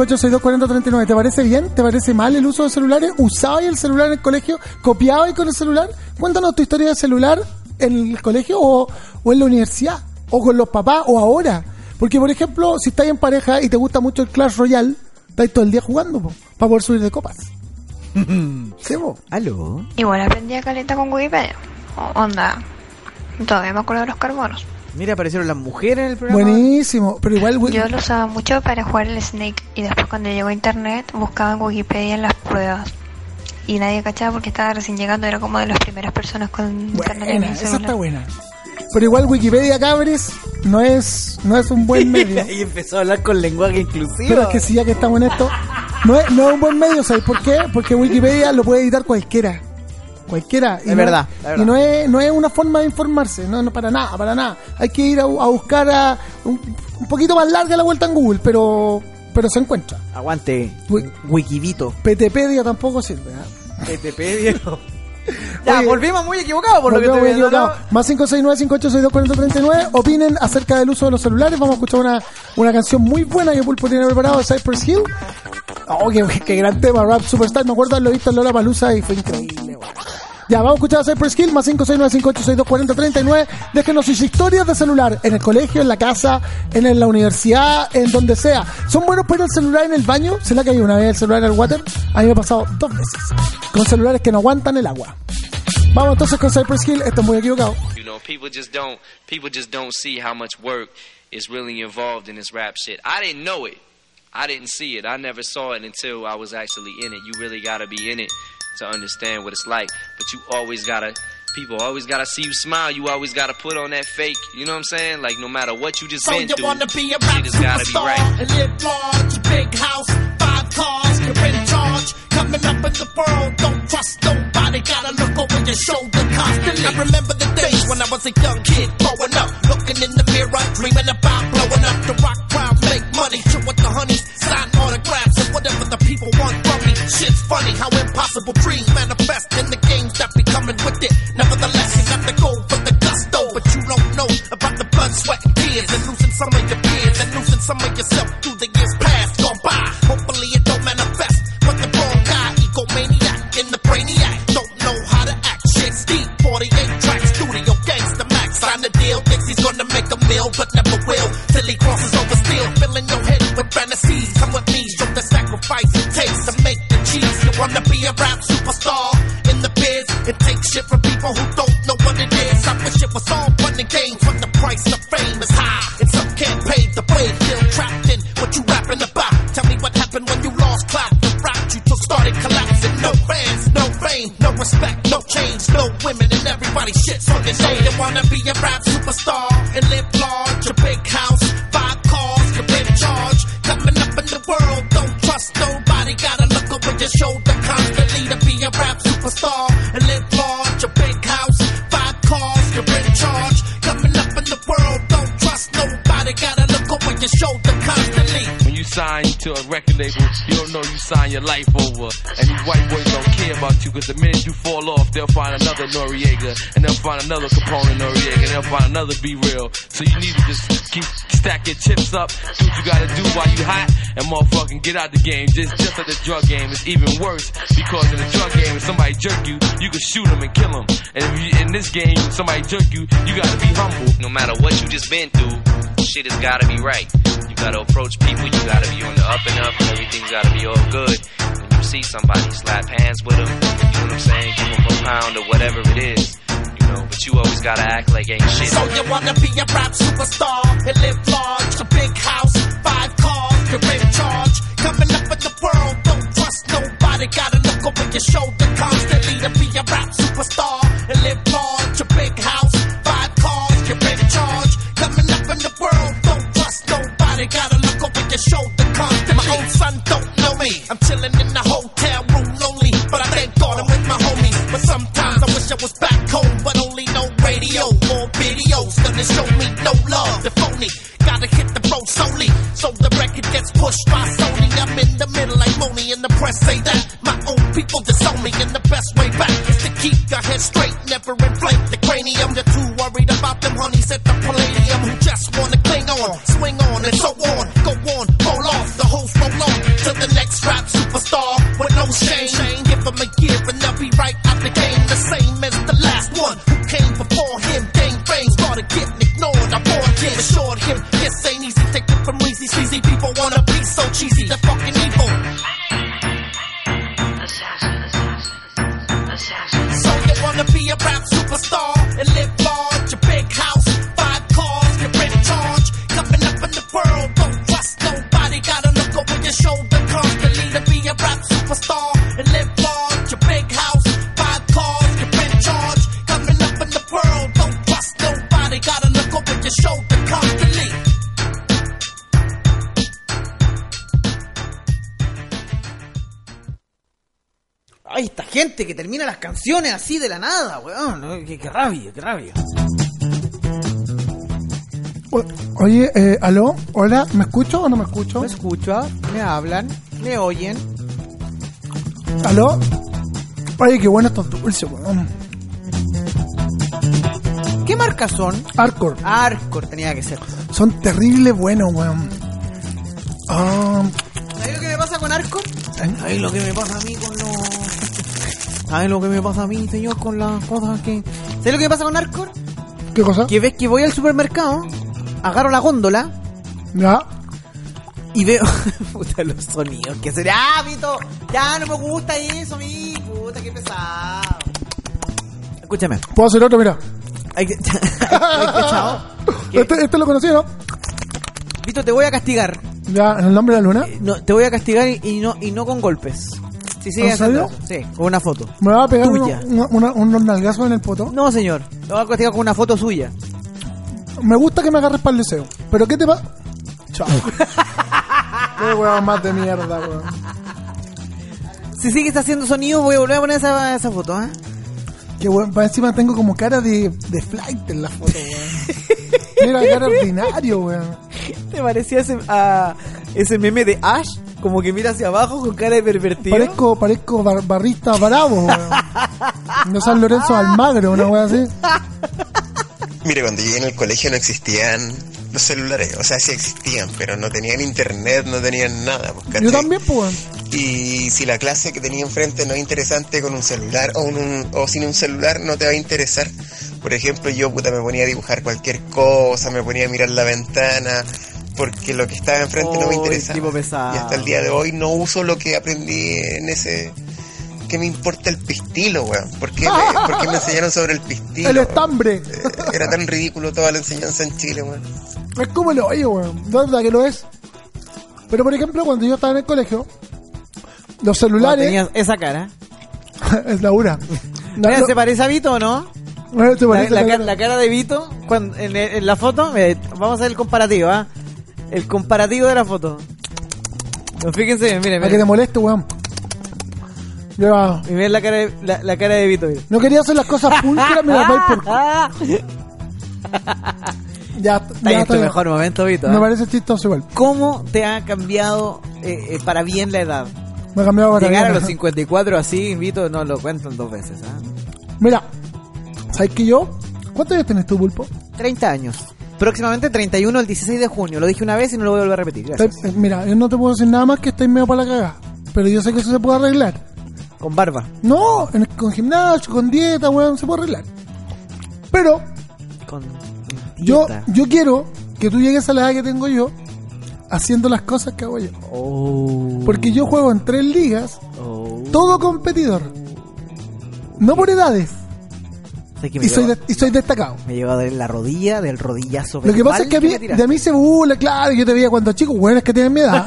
Speaker 3: 569-5862-4039. ¿Te parece bien? ¿Te parece mal el uso de celulares? ¿Usabas el celular en el colegio? ¿Copiabas con el celular? Cuéntanos tu historia de celular en el colegio o, o en la universidad, o con los papás, o ahora. Porque, por ejemplo, si estás en pareja y te gusta mucho el Clash Royale, estás todo el día jugando po, para poder subir de copas. ¿Sí, po?
Speaker 2: ¿Aló?
Speaker 5: Igual aprendí a caleta con Wikipedia. O- Onda. Todavía me acuerdo de los carbonos.
Speaker 2: Mira, aparecieron las mujeres en el programa.
Speaker 3: Buenísimo. Pero igual, güey,
Speaker 5: Yo lo usaba mucho para jugar el Snake y después cuando llegó a internet buscaba en Wikipedia las pruebas. Y nadie cachaba porque estaba recién llegando, era como de las primeras personas con
Speaker 3: Buena,
Speaker 5: en el
Speaker 3: esa está
Speaker 5: celular.
Speaker 3: buena. Pero igual Wikipedia, cabres, no es, no es un buen medio.
Speaker 2: y empezó a hablar con lenguaje inclusivo.
Speaker 3: Pero es que si ya que estamos en esto, no es, no es un buen medio, ¿sabes por qué? Porque Wikipedia lo puede editar cualquiera. Cualquiera. Y
Speaker 2: Es
Speaker 3: no-
Speaker 2: verdad, es verdad.
Speaker 3: Y no es, no es una forma de informarse, no, no para nada, para nada. Hay que ir a, bu- a buscar a un, un poquito más larga la vuelta en Google, pero, pero se encuentra.
Speaker 2: Aguante.
Speaker 3: Wi-
Speaker 2: Wikivito.
Speaker 3: PTpedia tampoco sirve. ¿ah?
Speaker 2: Ya,
Speaker 3: Oye.
Speaker 2: volvimos muy equivocados por
Speaker 3: Volvemos
Speaker 2: lo que
Speaker 3: muy
Speaker 2: te veo,
Speaker 3: equivocados. Más 569-5862-4039. Opinen acerca del uso de los celulares. Vamos a escuchar una, una canción muy buena que Pulpo tiene preparado de Cypress Hill. Oh, qué, qué gran tema, Rap Superstar. Me acuerdo haberlo visto en Lola Palusa y fue increíble. weón. Ya, vamos a escuchar a Cypress Hill, más 569-5862-4039. Déjenos sus historias de celular en el colegio, en la casa, en, en la universidad, en donde sea. ¿Son buenos para ir al celular en el baño? ¿Se le ha caído una vez el celular al water? A mí me ha pasado dos veces. Con celulares que no aguantan el agua. Vamos entonces con Cypress Hill, esto es muy equivocado.
Speaker 6: You know, people just don't people just don't see how much work is really involved in this rap shit. I didn't know it. I didn't see it. I never saw it until I was actually in it. You really gotta be in it to understand what it's like. But you always gotta people always gotta see you smile. You always gotta put on that fake. You know what I'm saying? Like no matter what you just
Speaker 7: So
Speaker 6: been
Speaker 7: you
Speaker 6: through,
Speaker 7: wanna be a
Speaker 6: shit
Speaker 7: rap
Speaker 6: has gotta be
Speaker 7: superstar
Speaker 6: right.
Speaker 7: and live large, big house, five cars, you're in charge. Coming up in the world, don't trust nobody, gotta look over your shoulder constantly. I remember the days when I was a young kid growing up, looking in the mirror, dreaming about blowing up the rock crowd, make money, chill with the honeys, sign autographs and whatever the people want from me. Shit's funny how impossible dreams manifest in the games that be coming with it. Nevertheless, you got the gold for the gusto, but you don't know about the blood, sweat, and tears, and losing some of your peers, and losing some of yourself through the years past gone by. Hopefully, it don't manifest, but the wrong guy, egomaniac, in the brainiac, don't know how to act. Shit be a rap superstar in the biz. It takes shit from people who don't know what it is. I wish it was all fun and games, but the price of fame is high. And some can't pay the way. Feel trapped in what you rapping about. Tell me what happened when you lost clout. The route you took started collapsing. No fans, no fame, no respect, no change, no women, and everybody shits on your name. They wanna be a rap superstar and live large. A big house, five cars, you're in charge. Coming up in the world, don't trust nobody. Gotta look over your shoulder constantly to be a rap superstar and live large. A big house, five cars, you're in charge. Coming up in the world, don't trust nobody. Gotta look over your shoulder constantly.
Speaker 8: When you sign to a record label, you don't know you sign your life over. And these white boys don't care about you, cause the minute you fall off, they'll find another Noriega, and they'll find another Capone and Noriega, and they'll find another Be Real. So you need to just keep stack your chips up, do what you gotta do while you hot, and motherfucking get out the game. Just, just like the drug game, it's even worse, because in the drug game, if somebody jerk you, you can shoot them and kill them. And if you, in this game, somebody jerk you, you gotta be humble.
Speaker 6: No matter what you just been through, shit has gotta be right. You gotta approach people, you gotta be on the up and up, and everything's gotta be all good. When you see somebody, slap hands with them, you know what I'm saying? Give them a pound or whatever it is, you know, but you always gotta act like ain't shit.
Speaker 7: So you wanna be a rap superstar and live large, a big house, five cars, career charge. Coming up in the world, don't trust nobody. Gotta look over your shoulder constantly to be a rap superstar and live large, a big house, five cars, career charge. Coming up in the world, don't trust nobody. Gotta look over your shoulder constantly. My own son don't know me. I'm chilling in the hotel room lonely, but I thank God I'm with my homies. But sometimes I wish I was back home, but only no radio or videos. Gonna show me no love, the phony. Gotta hit the road solely, so the record gets pushed by Sony. I'm in the middle like Moni, and the press say that my own people disown me. And the best way back is to keep your head straight, never inflate the cranium. You're too worried about them honeys at the Palladium who just wanna cling on, swing on, and so on. Go on, roll off, the hoes roll on to the next rap superstar with no shame. Give them a year and they'll be right out the game. The same as the last one who came before him. Gang fame started getting ignored. I warned him, assured him this ain't easy. Take it from Reezy, sleazy people wanna be so cheesy. They're fucking evil. So you wanna be a rap superstar and live large, a big house, five cars, you're in charge. Coming up in the world, don't trust nobody. Gotta look over your shoulder constantly to be a rap superstar and live large, a big house, five cars, you're in charge. Coming up in the world, don't trust nobody. Gotta look over your shoulder constantly.
Speaker 2: Ay, esta gente que termina las canciones así de la nada, weón. Ay, Qué, qué rabia, qué rabia.
Speaker 3: O- oye, eh, aló, hola, ¿me escucho o no me escucho?
Speaker 2: Me escucha, me hablan, me oyen.
Speaker 3: ¿Aló? Oye, qué bueno estos dulces, weón.
Speaker 2: ¿Qué marcas son?
Speaker 3: Hardcore.
Speaker 2: Arcor tenía que ser.
Speaker 3: Son terribles buenos, weón. Ah,
Speaker 2: ¿Sabes lo que me pasa con Arcor? ¿Sabes lo que me pasa a mí con los... ¿Sabes lo que me pasa a mí, señor, con las cosas que... ¿Sabes lo que me pasa con Arcor?
Speaker 3: ¿Qué cosa?
Speaker 2: Que ves que voy al supermercado, agarro la góndola,
Speaker 3: Ya.
Speaker 2: Y veo. Puta, los sonidos que se. ¡Ah, Vito! Ya no me gusta eso, mi. Puta, qué pesado. Escúchame.
Speaker 3: Puedo hacer otro, mira.
Speaker 2: Hay que. hay que- chao. ¿Qué?
Speaker 3: Este, este lo conocí, ¿no?
Speaker 2: Vito, te voy a castigar.
Speaker 3: Ya, en el nombre de la luna.
Speaker 2: No, te voy a castigar y, y no, y no con golpes. Si sigues
Speaker 3: ¿En
Speaker 2: haciendo
Speaker 3: serio?
Speaker 2: eso. Sí, con una foto.
Speaker 3: Me va a pegar uno-
Speaker 2: Tuya.
Speaker 3: una- una- unos nalgazos en el poto.
Speaker 2: No, señor. Lo voy a castigar con una foto suya.
Speaker 3: Me gusta que me agarres para el deseo. Pero ¿qué te pasa? Chao. qué weón más de mierda, weón.
Speaker 2: Si sigues haciendo sonido, voy a volver a poner esa, esa foto, ¿eh?
Speaker 3: Qué weón. Para encima tengo como cara de, de flight en la foto, weón. Mira, cara ordinario, weón.
Speaker 2: Te parecía ese, a ese meme de Ash, como que mira hacia abajo con cara de pervertido.
Speaker 3: Parezco, parezco bar- barrista bravo, weón. No San Lorenzo Almagro, una weón así.
Speaker 9: Mire, cuando llegué en el colegio no existían los celulares, o sea, sí existían, pero no tenían internet, no tenían nada. pues, ¿cachai?
Speaker 3: Yo también, pues, weón.
Speaker 9: Y si la clase que tenía enfrente no es interesante con un celular o, un- un- o sin un celular, no te va a interesar. Por ejemplo, yo puta, me ponía a dibujar cualquier cosa, me ponía a mirar la ventana, porque lo que estaba enfrente no me
Speaker 2: Oy,
Speaker 9: interesaba.
Speaker 2: tipo pesado.
Speaker 9: Y hasta el día de hoy no uso lo que aprendí en ese qué me importa el pistilo, weón? ¿Por qué me, por qué me enseñaron sobre el pistilo?
Speaker 3: El
Speaker 9: weón?
Speaker 3: estambre.
Speaker 9: Eh, Era tan ridículo toda la enseñanza en Chile, weón.
Speaker 3: Es como el hoyo, weón. De verdad que lo es. Pero por ejemplo, cuando yo estaba en el colegio, los celulares.
Speaker 2: Tenías esa cara.
Speaker 3: es la una. No,
Speaker 2: Mira,
Speaker 3: no,
Speaker 2: ¿Se parece a Vito o no?
Speaker 3: no te
Speaker 2: La,
Speaker 3: parece
Speaker 2: la
Speaker 3: la
Speaker 2: ca-
Speaker 3: cara.
Speaker 2: la cara de Vito cuando, en, e, en la foto. mira, vamos a hacer el comparativo, ¿ah? El comparativo de la foto. Fíjense, miren, miren.
Speaker 3: Para que te moleste, weón. Yo, ah,
Speaker 2: Y miren la cara de, la, la cara de Vito. mira.
Speaker 3: no quería hacer las cosas pulcras, me las vais por.
Speaker 2: Ah,
Speaker 3: Ya,
Speaker 2: está
Speaker 3: ya
Speaker 2: en tu
Speaker 3: bien.
Speaker 2: mejor momento, Vito.
Speaker 3: Me
Speaker 2: ¿ah?
Speaker 3: parece chistoso igual.
Speaker 2: ¿Cómo te ha cambiado eh, eh, para bien la edad?
Speaker 3: Me ha cambiado para
Speaker 2: Llegar a
Speaker 3: bien.
Speaker 2: los 54 así, Vito, no lo cuentan dos veces. ¿ah?
Speaker 3: Mira, ¿sabes que yo? ¿Cuántos años tienes tú, Pulpo?
Speaker 2: 30 años. Próximamente 31 el 16 de junio. Lo dije una vez y no lo voy a volver a repetir. Gracias.
Speaker 3: Eh, eh, Mira, yo no te puedo decir nada más que estoy medio para la cagada. Pero yo sé que eso se puede arreglar.
Speaker 2: Con barba.
Speaker 3: No, en- con gimnasio, con dieta, weón, se puede arreglar. Pero
Speaker 2: Con
Speaker 3: yo,
Speaker 2: dieta.
Speaker 3: yo quiero que tú llegues a la edad que tengo yo haciendo las cosas que hago yo.
Speaker 2: Oh,
Speaker 3: Porque yo juego en tres ligas,
Speaker 2: oh.
Speaker 3: todo competidor. No por edades.
Speaker 2: Sé que me
Speaker 3: Y soy,
Speaker 2: lleva-
Speaker 3: de- y soy destacado.
Speaker 2: Me llegó a doler la rodilla del rodillazo.
Speaker 3: Lo que
Speaker 2: verbal
Speaker 3: pasa es que a mí,
Speaker 2: me tiraste.
Speaker 3: de mí se burla, claro, yo te veía cuando chico, weones que tienen mi edad.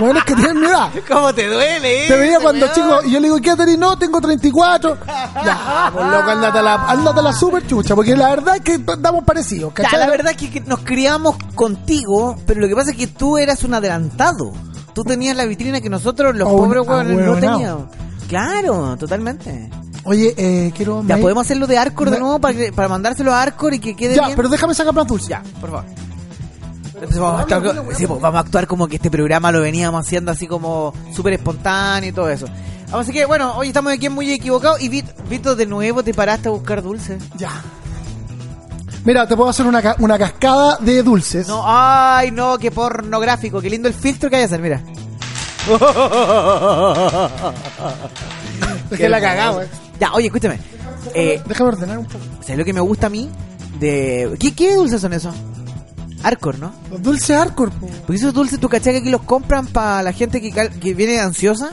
Speaker 3: Weones que tienen mi edad.
Speaker 2: ¿Cómo te duele? eh?
Speaker 3: Te veía
Speaker 2: eso,
Speaker 3: cuando
Speaker 2: weón?
Speaker 3: chico y yo le digo, ¿qué edad tenés? No, tengo 34. Ya, pues loco, andate a la, andate a la super chucha, porque la verdad es que andamos parecidos,
Speaker 2: Ya,
Speaker 3: ¿cachai?
Speaker 2: la verdad es que, que nos criamos contigo, pero lo que pasa es que tú eras un adelantado. Tú tenías la vitrina que nosotros, los
Speaker 3: Oh,
Speaker 2: pobres
Speaker 3: ah,
Speaker 2: huevones, no
Speaker 3: huevonao.
Speaker 2: teníamos. Claro, totalmente.
Speaker 3: Oye, eh, quiero...
Speaker 2: Ya
Speaker 3: me-
Speaker 2: podemos hacerlo de Arcor de
Speaker 3: me-
Speaker 2: nuevo para, que- para mandárselo a Arcor y que quede
Speaker 3: Ya,
Speaker 2: bien.
Speaker 3: pero déjame sacar más dulce. Ya.
Speaker 2: Por favor. Entonces vamos, a actuar, co- sí, pues, vamos a actuar como que este programa lo veníamos haciendo así como súper espontáneo y todo eso. Así que bueno, hoy estamos aquí muy equivocados y Vito, Vito, de nuevo te paraste a buscar dulces.
Speaker 3: Ya. Mira, te puedo hacer una, ca- una cascada de dulces.
Speaker 2: No, ay no, qué pornográfico, qué lindo el filtro que hay que hacer, mira.
Speaker 3: es que la cagamos, eh.
Speaker 2: Ya, oye, escúchame. Eh,
Speaker 3: Déjame ordenar un poco.
Speaker 2: ¿Sabes lo que me gusta a mí? De... ¿Qué, qué dulces son esos? Arcor, ¿no?
Speaker 3: Los dulces hardcore, po.
Speaker 2: Porque esos dulces, tú cachai que aquí los compran para la gente que, cal- que viene ansiosa,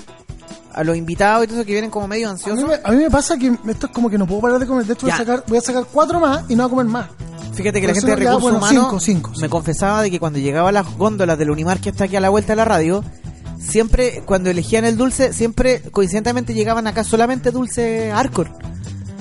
Speaker 2: a los invitados y todo eso que vienen como medio
Speaker 3: A mí,
Speaker 2: ansiosos.
Speaker 3: me, a mí me pasa que esto es como que no puedo parar de comer. De hecho, voy a,
Speaker 2: Ya.
Speaker 3: sacar, voy a sacar cuatro más y no voy a comer más.
Speaker 2: Fíjate que la gente
Speaker 3: Pero
Speaker 2: de
Speaker 3: eso ya,
Speaker 2: recursos
Speaker 3: bueno,
Speaker 2: humanos
Speaker 3: cinco, cinco, cinco.
Speaker 2: me confesaba de que cuando llegaba a las góndolas del Unimar que está aquí a la vuelta de la radio, siempre cuando elegían el dulce, siempre coincidentemente llegaban acá solamente dulce Arcor.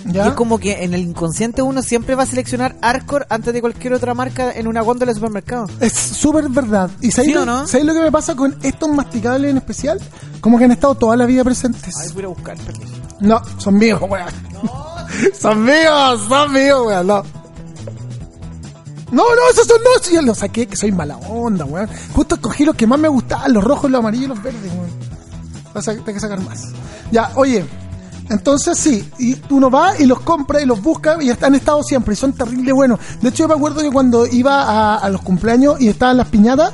Speaker 3: ¿Ya?
Speaker 2: Y es como que en el inconsciente uno siempre va a seleccionar Arcor antes de cualquier otra marca en una góndola de supermercado.
Speaker 3: Es súper verdad. ¿Y sabéis
Speaker 2: ¿Sí
Speaker 3: lo-
Speaker 2: o no?
Speaker 3: sabéis lo que me pasa con estos masticables en especial? Como que han estado toda la vida presentes.
Speaker 2: Ay, voy a buscar, perdón.
Speaker 3: No, son míos, weón. son míos, son míos, weón. No. No, no, esos son no, si yo los saqué, que soy mala onda, weón. Justo escogí los que más me gustaban, los rojos, los amarillos y los verdes, weón. Vas a tener que sacar más. Ya, oye, entonces sí, y uno va y los compra y los busca y han estado siempre y son terrible buenos. De hecho, yo me acuerdo que cuando iba a, a los cumpleaños y estaban las piñatas,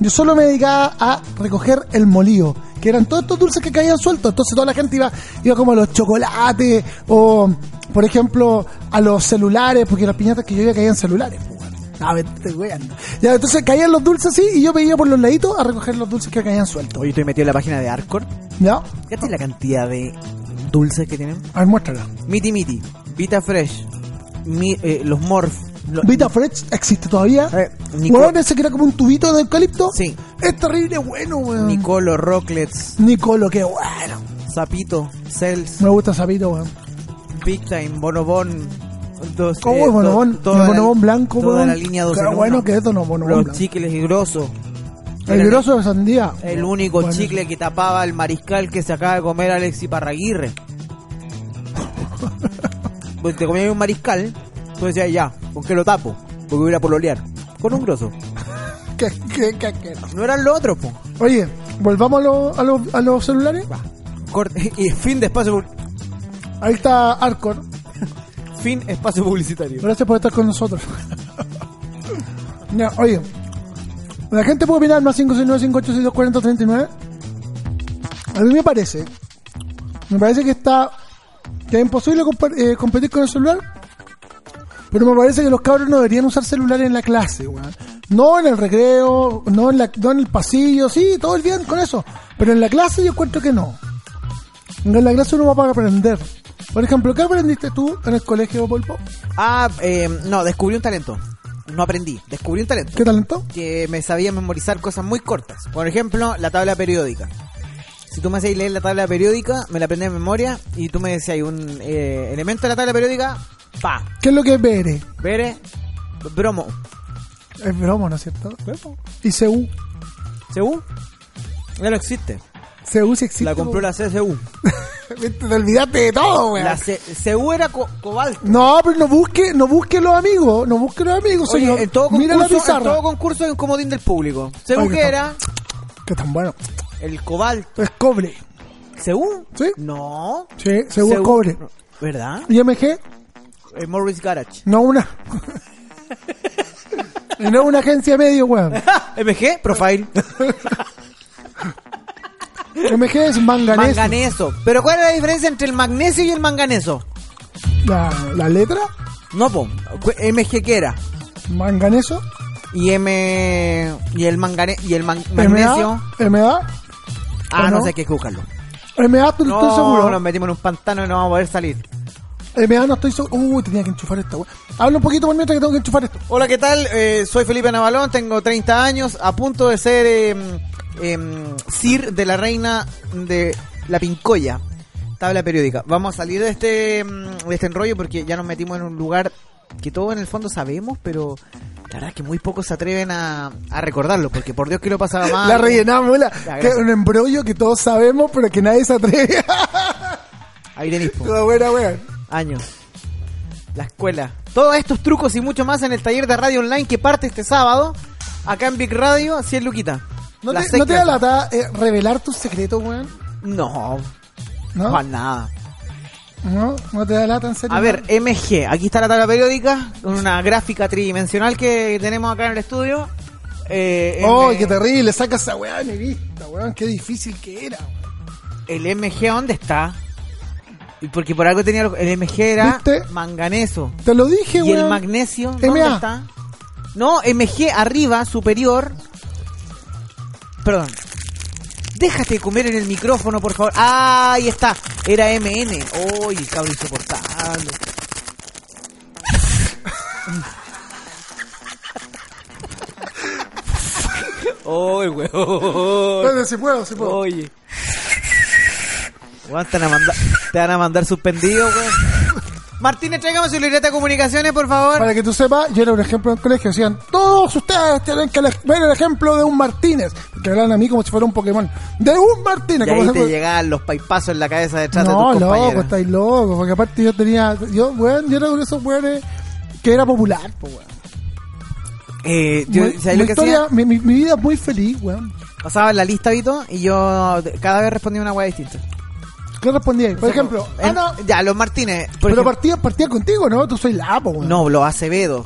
Speaker 3: yo solo me dedicaba a recoger el molío, que eran todos estos dulces que caían sueltos. Entonces toda la gente iba, iba como a los chocolates o, por ejemplo, a los celulares, porque las piñatas que yo veía caían celulares. pues, weón. Ah, me estoy weando. Ya, entonces caían los dulces así y yo me iba por los laditos a recoger los dulces que caían sueltos.
Speaker 2: Hoy estoy metido en la página de Arcor.
Speaker 3: ¿Ya?
Speaker 2: Fíjate la cantidad de dulces que tienen.
Speaker 3: A ver, muéstrala.
Speaker 2: Miti Miti, Vita Fresh, mi- eh, los Morph. lo-
Speaker 3: Vita Fresh existe todavía.
Speaker 2: A ver, Nico-
Speaker 3: Weón, ese que era como un tubito de eucalipto.
Speaker 2: Sí.
Speaker 3: Es terrible, bueno, weón.
Speaker 2: Nicolo, Rocklets,
Speaker 3: Nicolo, qué bueno.
Speaker 2: Zapito, Cells,
Speaker 3: Me gusta Sapito, weón.
Speaker 2: Big Time, Bonobon. Dos, eh,
Speaker 3: ¿Cómo el bonobón?
Speaker 2: to- toda
Speaker 3: el
Speaker 2: la-
Speaker 3: bonobón blanco,
Speaker 2: Toda
Speaker 3: weón.
Speaker 2: la línea 12
Speaker 3: Qué
Speaker 2: en uno.
Speaker 3: bueno que esto no es bonobón
Speaker 2: Los
Speaker 3: blanco.
Speaker 2: chicles y grosso.
Speaker 3: El grosso de sandía.
Speaker 2: El único
Speaker 3: Bueno,
Speaker 2: chicle que tapaba el mariscal que se acaba de comer Alexi Parraguirre. pues te comías un mariscal, tú decías, ya, ¿con qué lo tapo? Porque voy a ir a pololear. Con un grosso.
Speaker 3: Qué, qué, qué asqueroso.
Speaker 2: No eran los otros, po.
Speaker 3: Oye, volvamos a, los- a los- a los celulares.
Speaker 2: Corte- Y fin de espacio, pub-
Speaker 3: Ahí está Arcor.
Speaker 2: fin espacio publicitario.
Speaker 3: Gracias por estar con nosotros. Ya, oye, la gente puede opinar más 569-586-240-39. A mí me parece, me parece que está, que es imposible compa- eh, competir con el celular. Pero me parece que los cabros no deberían usar celular en la clase, weón. No en el recreo, no en, la, no en el pasillo, sí, todo el día con eso. Pero en la clase yo encuentro que no. En la clase uno va para aprender. Por ejemplo, ¿qué aprendiste tú en el colegio, Polpo?
Speaker 2: Ah, eh, no, descubrí un talento. No aprendí, descubrí un talento.
Speaker 3: ¿Qué talento?
Speaker 2: que me sabía memorizar cosas muy cortas. Por ejemplo, la tabla periódica. Si tú me hacías leer la tabla periódica, me la aprendí de memoria y tú me decías un eh, elemento de la tabla periódica, pa,
Speaker 3: ¿Qué es lo que es BR?
Speaker 2: bere, bromo,
Speaker 3: Es bromo, ¿no es cierto? Y CU.
Speaker 2: CU. Ya no existe.
Speaker 3: CU sí existe.
Speaker 2: la compró la CCU.
Speaker 3: Viste, Te olvidaste de todo, weón.
Speaker 2: La C- CU era co- cobalto.
Speaker 3: No, pero no busque, no busque los amigos, no busque los amigos,
Speaker 2: Oye,
Speaker 3: señor.
Speaker 2: en todo
Speaker 3: Mira la
Speaker 2: concurso, en
Speaker 3: pizarra.
Speaker 2: todo concurso hay un comodín del público. CU
Speaker 3: Oye,
Speaker 2: que
Speaker 3: está-
Speaker 2: era
Speaker 3: Que tan bueno.
Speaker 2: el cobalto.
Speaker 3: Es cobre.
Speaker 2: ¿CU?
Speaker 3: Sí.
Speaker 2: No.
Speaker 3: Sí, CU es
Speaker 2: CU.
Speaker 3: cobre.
Speaker 2: ¿Verdad?
Speaker 3: Y MG,
Speaker 2: Eh, Morris Garage.
Speaker 3: no una. Y no una agencia de medio, weón.
Speaker 2: MG, Profile.
Speaker 3: MG es manganeso.
Speaker 2: Manganeso. Pero ¿cuál es la diferencia entre el magnesio y el manganeso?
Speaker 3: La, la letra,
Speaker 2: No, po. Cu- MG que era.
Speaker 3: manganeso.
Speaker 2: Y M. Y el mangane... y el man- magnesio.
Speaker 3: MA, MA.
Speaker 2: Ah, no
Speaker 3: no?
Speaker 2: sé qué hay que buscarlo.
Speaker 3: MA, tú no
Speaker 2: No,
Speaker 3: estoy seguro.
Speaker 2: nos metimos en un pantano y no vamos a poder salir.
Speaker 3: MA, no estoy seguro. Uh, tenía que enchufar esta, weón. Habla un poquito por mientras que tengo que enchufar esto.
Speaker 2: Hola, ¿qué tal? Eh, soy Felipe Navalón, tengo 30 años, a punto de ser em, em, Sir de la Reina de la Pincoya. Tabla periódica. Vamos a salir de este, em, de este enrollo porque ya nos metimos en un lugar que todos en el fondo sabemos, pero la verdad es que muy pocos se atreven a, a recordarlo, porque por Dios que lo pasaba mal.
Speaker 3: la rellenamos, weón.
Speaker 2: Ah, Ya,
Speaker 3: Que es
Speaker 2: gracias.
Speaker 3: un embrollo que todos sabemos, pero que nadie se atreve.
Speaker 2: Ahí tenéis, po.
Speaker 3: Toda buena, weón.
Speaker 2: años. La escuela. Todos estos trucos y mucho más en el taller de radio online que parte este sábado, acá en Big Radio, así es Luquita.
Speaker 3: ¿No
Speaker 2: Las
Speaker 3: te,
Speaker 2: seis
Speaker 3: ¿no te da
Speaker 2: clases.
Speaker 3: lata eh, revelar tus secretos, weón?
Speaker 2: No,
Speaker 3: ¿No?
Speaker 2: para nada.
Speaker 3: ¿No? ¿No te da lata, en serio?
Speaker 2: A ver, MG, aquí está la tabla periódica con una gráfica tridimensional que tenemos acá en el estudio. Eh,
Speaker 3: ¡Ay,
Speaker 2: M-
Speaker 3: Oh, qué terrible! Saca esa weá de mi vista, weón. Qué difícil que era. weón.
Speaker 2: ¿El MG dónde está? Y Porque por algo tenía... lo- El MG era
Speaker 3: ¿Viste?
Speaker 2: manganeso.
Speaker 3: Te lo dije,
Speaker 2: ¿Y el
Speaker 3: weón.
Speaker 2: magnesio? ¿Dónde
Speaker 3: MA.
Speaker 2: está? No, MG arriba, superior. Perdón. Déjate de comer en el micrófono, por favor. Ah, ahí está. Era MN. Uy, cabrón insoportable. Uy, weón.
Speaker 3: Bueno, si puedo, si puedo.
Speaker 2: Oye. Weón, te, van a mandar- te van a mandar suspendido, weón. Martínez, tráigame su libreta de comunicaciones, por favor.
Speaker 3: Para que tú sepas, yo era un ejemplo en el colegio. Decían, todos ustedes tienen que ele- ver el ejemplo de un Martínez. Que hablaban a mí como si fuera un Pokémon. ¡De un Martínez!
Speaker 2: Y
Speaker 3: como
Speaker 2: ahí
Speaker 3: se-
Speaker 2: te llegaban los paipazos en la cabeza detrás
Speaker 3: No,
Speaker 2: de tus
Speaker 3: loco,
Speaker 2: compañeros.
Speaker 3: estáis loco. Porque aparte yo tenía... Yo, weón, yo era uno de esos weones que era popular, po, weón.
Speaker 2: Eh, yo,
Speaker 3: Mi-
Speaker 2: ¿sabes
Speaker 3: mi
Speaker 2: lo que
Speaker 3: historia-
Speaker 2: hacía?
Speaker 3: mi, mi- mi vida es muy feliz, weón.
Speaker 2: Pasaba en la lista, Vito, y yo de- cada vez respondía una hueá distinta.
Speaker 3: ¿Qué respondí ahí? Por ejemplo, ah,
Speaker 2: En-
Speaker 3: no,
Speaker 2: Ya, los Martínez. por
Speaker 3: pero
Speaker 2: ejemplo-
Speaker 3: partía, partía contigo, ¿no? Tú soy la, po, weón.
Speaker 2: no, los Acevedo.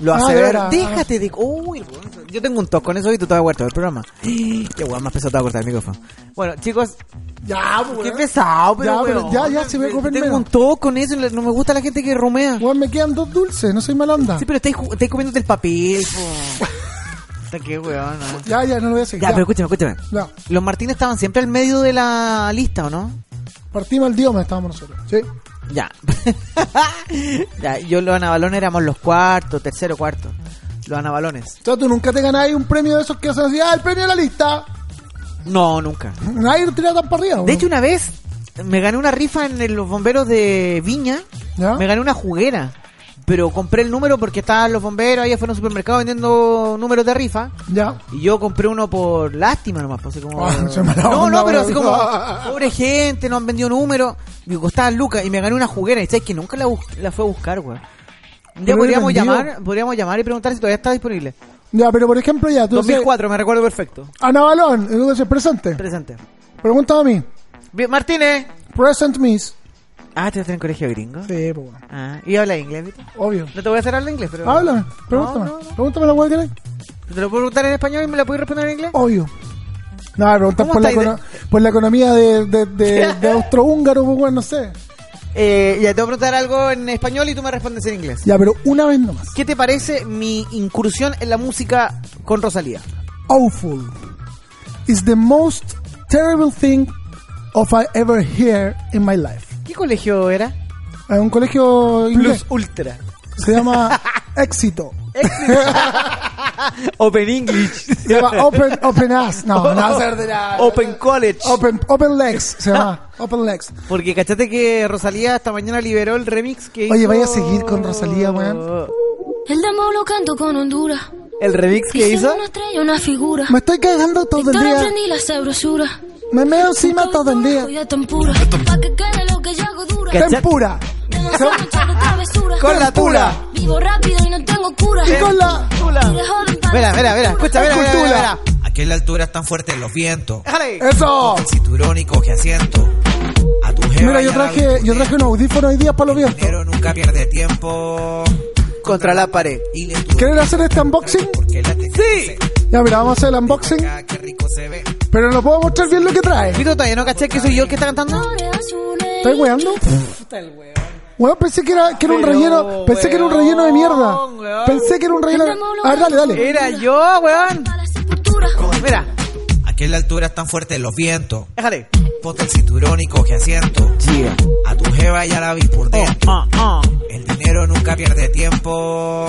Speaker 2: Los
Speaker 3: Ah,
Speaker 2: Acevedo.
Speaker 3: era-
Speaker 2: Déjate de. Uy, weón, yo tengo un tos con eso, Vito, te voy a huerto del programa. Qué weón, más pesado te voy a cortar el micrófono. Bueno, chicos,
Speaker 3: Ya, po,
Speaker 2: qué
Speaker 3: weón.
Speaker 2: pesado, pero.
Speaker 3: Ya, pero
Speaker 2: weón,
Speaker 3: ya, ya, se voy a comer
Speaker 2: Tengo
Speaker 3: menos.
Speaker 2: un tos con eso, no me gusta la gente que rumea.
Speaker 3: Weón, me quedan dos dulces, no soy malanda.
Speaker 2: Sí, pero estáis, ju- estáis comiéndote el papel, po. Puta, qué weón, ¿no?
Speaker 3: Ya, ya, no lo voy a seguir.
Speaker 2: Ya,
Speaker 3: Ya,
Speaker 2: pero escúchame, escúchame.
Speaker 3: Ya.
Speaker 2: Los Martínez estaban siempre al medio de la lista, ¿o no?
Speaker 3: Partimos al dioma, estábamos nosotros. Sí.
Speaker 2: Ya. ya yo los anabalones éramos los cuartos, tercero, cuarto. Los anabalones.
Speaker 3: O sea, tú nunca te ganáis un premio de esos que hacen así, ah, el premio de la lista.
Speaker 2: No, nunca.
Speaker 3: Nadie lo tira tan para arriba.
Speaker 2: De
Speaker 3: weón.
Speaker 2: hecho, una vez me gané una rifa en el- los bomberos de Viña.
Speaker 3: ¿Ya?
Speaker 2: Me gané una juguera. Pero compré el número porque estaban los bomberos ahí fueron al supermercado vendiendo números de rifa.
Speaker 3: ya.
Speaker 2: Y yo compré uno por lástima nomás, pues, así como...
Speaker 3: Ah, se me la
Speaker 2: no,
Speaker 3: onda,
Speaker 2: no, pero así
Speaker 3: weón.
Speaker 2: como, pobre gente, no han vendido números, me costaba lucas y me gané una juguera, y sabes que nunca la, bus- la fue a buscar, weón. Un día
Speaker 3: Pero
Speaker 2: podríamos
Speaker 3: vendió.
Speaker 2: llamar, podríamos llamar y preguntar si todavía está disponible.
Speaker 3: Ya, pero por ejemplo, ya, tú dices,
Speaker 2: 2004, me recuerdo perfecto.
Speaker 3: Ana Balón, educación presente.
Speaker 2: Presente.
Speaker 3: Pregúntame a mí.
Speaker 2: Bien, Martínez.
Speaker 3: Present Miss.
Speaker 2: Ah, te vas en colegio gringo.
Speaker 3: Sí, pues, weón.
Speaker 2: Ah, y habla inglés, ¿viste?
Speaker 3: obvio.
Speaker 2: No te voy a hacer hablar inglés, pero...
Speaker 3: Háblame, pregúntame.
Speaker 2: No, no, no.
Speaker 3: Pregúntame la weá que queráis.
Speaker 2: Te lo puedo preguntar en español y me la puedes responder en inglés.
Speaker 3: Obvio. No, preguntas
Speaker 2: ¿Cómo
Speaker 3: por la,
Speaker 2: estáis
Speaker 3: econo- por la economía de, de, de, de austrohúngaro, pues, weón, no sé.
Speaker 2: Eh, ya te voy a preguntar algo en español y tú me respondes en inglés.
Speaker 3: Ya, pero una vez nomás.
Speaker 2: ¿Qué te parece mi incursión en la música con Rosalía?
Speaker 3: awful is the most terrible thing of I ever hear in my life.
Speaker 2: ¿Qué colegio era?
Speaker 3: Es un colegio inglés.
Speaker 2: Plus Ultra.
Speaker 3: Se llama Éxito.
Speaker 2: Open English.
Speaker 3: Se llama Open, open Ass. No, no se-
Speaker 2: Open College.
Speaker 3: Open, open Legs. Se llama Open Legs.
Speaker 2: Porque cachate que Rosalía esta mañana liberó el remix que
Speaker 3: Oye,
Speaker 2: hizo-
Speaker 3: vaya a seguir con Rosalía, weón.
Speaker 10: El demo lo canto con Honduras.
Speaker 2: El remix que
Speaker 10: Diciendo
Speaker 2: hizo.
Speaker 10: una estrella, una figura.
Speaker 3: Me estoy cagando todo el
Speaker 10: Victoria
Speaker 3: día.
Speaker 10: aprendí la sabrosura.
Speaker 3: Me meo encima todo el día.
Speaker 10: Cuida tan pura. Pa' que quede lo que yo hago dura.
Speaker 2: ¿Cachai?
Speaker 3: Tempura.
Speaker 10: Demasiado hecho de travesura.
Speaker 2: Con la tula.
Speaker 10: Vivo rápido y no tengo cura.
Speaker 3: Y con la...
Speaker 10: Te joden para-
Speaker 2: Mira, mira, mira. Escucha, mira, mira, mira, mira.
Speaker 7: Aquí en la altura están fuertes los vientos.
Speaker 2: Déjale.
Speaker 3: ¡Eso!
Speaker 7: Cinturón y coge asiento. A tu jeva
Speaker 3: Mira, yo
Speaker 7: ya la
Speaker 3: traje, yo
Speaker 7: boicotea,
Speaker 3: traje unos audífonos hoy día para los vientos.
Speaker 7: Pero nunca pierde tiempo.
Speaker 2: Contra la pared.
Speaker 7: Y le tu-
Speaker 3: ¿Quieren hacer este unboxing?
Speaker 7: Porque la te-
Speaker 2: Sí.
Speaker 3: Ya, mira, vamos a hacer el unboxing.
Speaker 7: Ah, qué rico se ve.
Speaker 3: Pero no puedo mostrar bien lo que trae.
Speaker 2: Pito todavía no caché que soy yo el que está cantando.
Speaker 10: Flores azules.
Speaker 3: ¿Estoy weando? Weón, pensé que era, que era un
Speaker 2: Pero,
Speaker 3: relleno. Pensé que era un relleno de mierda.
Speaker 2: weón.
Speaker 3: Pensé que era un relleno. A ver, dale, dale.
Speaker 2: Era yo, weón.
Speaker 10: Para la sepultura.
Speaker 2: Mira,
Speaker 7: Aquí en la altura están fuertes los vientos.
Speaker 2: déjale.
Speaker 7: Ponte el cinturón y coge asiento. A tu jeva ya la vi por
Speaker 3: Oh,
Speaker 7: dentro.
Speaker 2: Ah, ah.
Speaker 7: El dinero nunca pierde tiempo.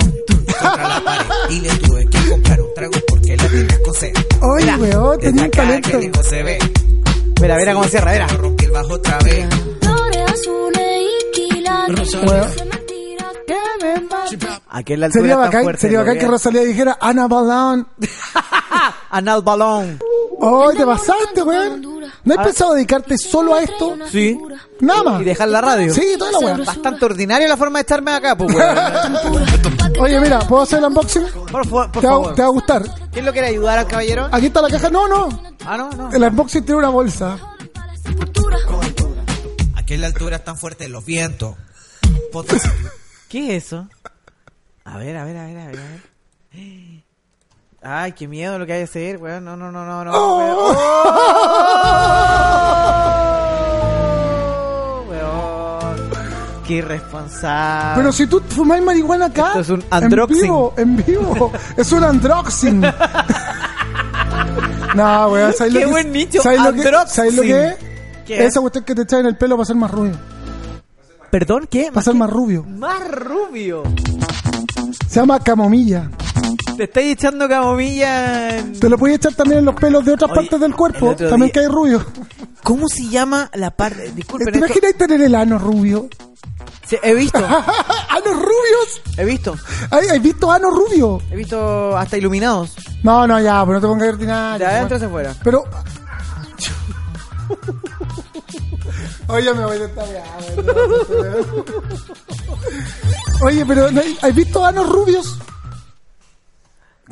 Speaker 7: Contra la pared y le tuve que comprar un trago porque la tenías con sed.
Speaker 3: Ay, weón, tenía
Speaker 7: Desde
Speaker 3: un
Speaker 7: acá que
Speaker 3: talento.
Speaker 7: rico se ve.
Speaker 2: Mira, mira cómo cierra, mira.
Speaker 7: Yo rompí el bajo otra vez.
Speaker 10: Flores azules y quilates.
Speaker 3: Weón.
Speaker 10: Se me tira que me mata.
Speaker 2: Aquí en la altura
Speaker 3: Sería
Speaker 2: está
Speaker 3: bacán,
Speaker 2: fuerte,
Speaker 3: sería
Speaker 2: lo
Speaker 3: bacán que
Speaker 2: veo.
Speaker 3: Rosalía dijera Ana Balán.
Speaker 2: Anal balón.
Speaker 3: ¡Ay, te pasaste, weón! ¿No has pensado dedicarte solo a esto?
Speaker 2: Sí.
Speaker 3: Nada más.
Speaker 2: Y dejar la radio.
Speaker 3: Sí, toda la weón.
Speaker 2: Bastante ordinaria la forma de estarme acá, pues, weón.
Speaker 3: Oye, mira, ¿puedo hacer el unboxing?
Speaker 2: Por, fa- por
Speaker 3: Te va,
Speaker 2: favor.
Speaker 3: te va a gustar.
Speaker 2: ¿Quién lo quiere ayudar al caballero?
Speaker 3: Aquí está la caja. No, no.
Speaker 2: Ah, no, no.
Speaker 3: El unboxing tiene una bolsa.
Speaker 7: Aquí en la altura están fuertes los vientos. Ponte el cinturón.
Speaker 2: ¿Qué es eso? A ver, a ver, a ver, a ver. a ver. Ay, qué miedo lo que hay que hacer, weón. No, no, no, no, no. Ah, weón. ¡Oh! Weón. Qué irresponsable.
Speaker 3: Pero si tú fumáis marihuana acá.
Speaker 2: Esto es un androxing.
Speaker 3: En vivo, en vivo. Es un androxing. no, weón. ¿sabes lo
Speaker 2: Qué
Speaker 3: que-
Speaker 2: buen nicho,
Speaker 3: ¿sabes lo que-
Speaker 2: androxing.
Speaker 3: ¿Sabes lo que es?
Speaker 2: ¿Qué es?
Speaker 3: Esa cuestión que te echáis en el pelo para ser más rubio.
Speaker 2: ¿Perdón? ¿Qué?
Speaker 3: Para ser más rubio.
Speaker 2: Más rubio.
Speaker 3: Se llama camomilla.
Speaker 2: Te estáis echando camomilla en...
Speaker 3: Te lo puedes echar también en los pelos de otras
Speaker 2: Oye,
Speaker 3: partes del
Speaker 2: el
Speaker 3: cuerpo.
Speaker 2: otro
Speaker 3: También
Speaker 2: día-
Speaker 3: que hay rubio.
Speaker 2: ¿Cómo se llama la parte? Disculpen,
Speaker 3: ¿Te
Speaker 2: esto-
Speaker 3: imaginas tener el ano rubio?
Speaker 2: Sí, he visto,
Speaker 3: ¡Anos rubios!
Speaker 2: he visto,
Speaker 3: ¿Hay, hay visto ano rubio?
Speaker 2: he visto hasta iluminados.
Speaker 3: No, no, ya, pero Ah, no te pongas
Speaker 2: De
Speaker 3: ordinario.
Speaker 2: adentro
Speaker 3: weón.
Speaker 2: hacia afuera.
Speaker 3: Pero. Oye, me voy de esta ah, weá, weón. Oye, pero ¿no hay- ¿has visto anos rubios?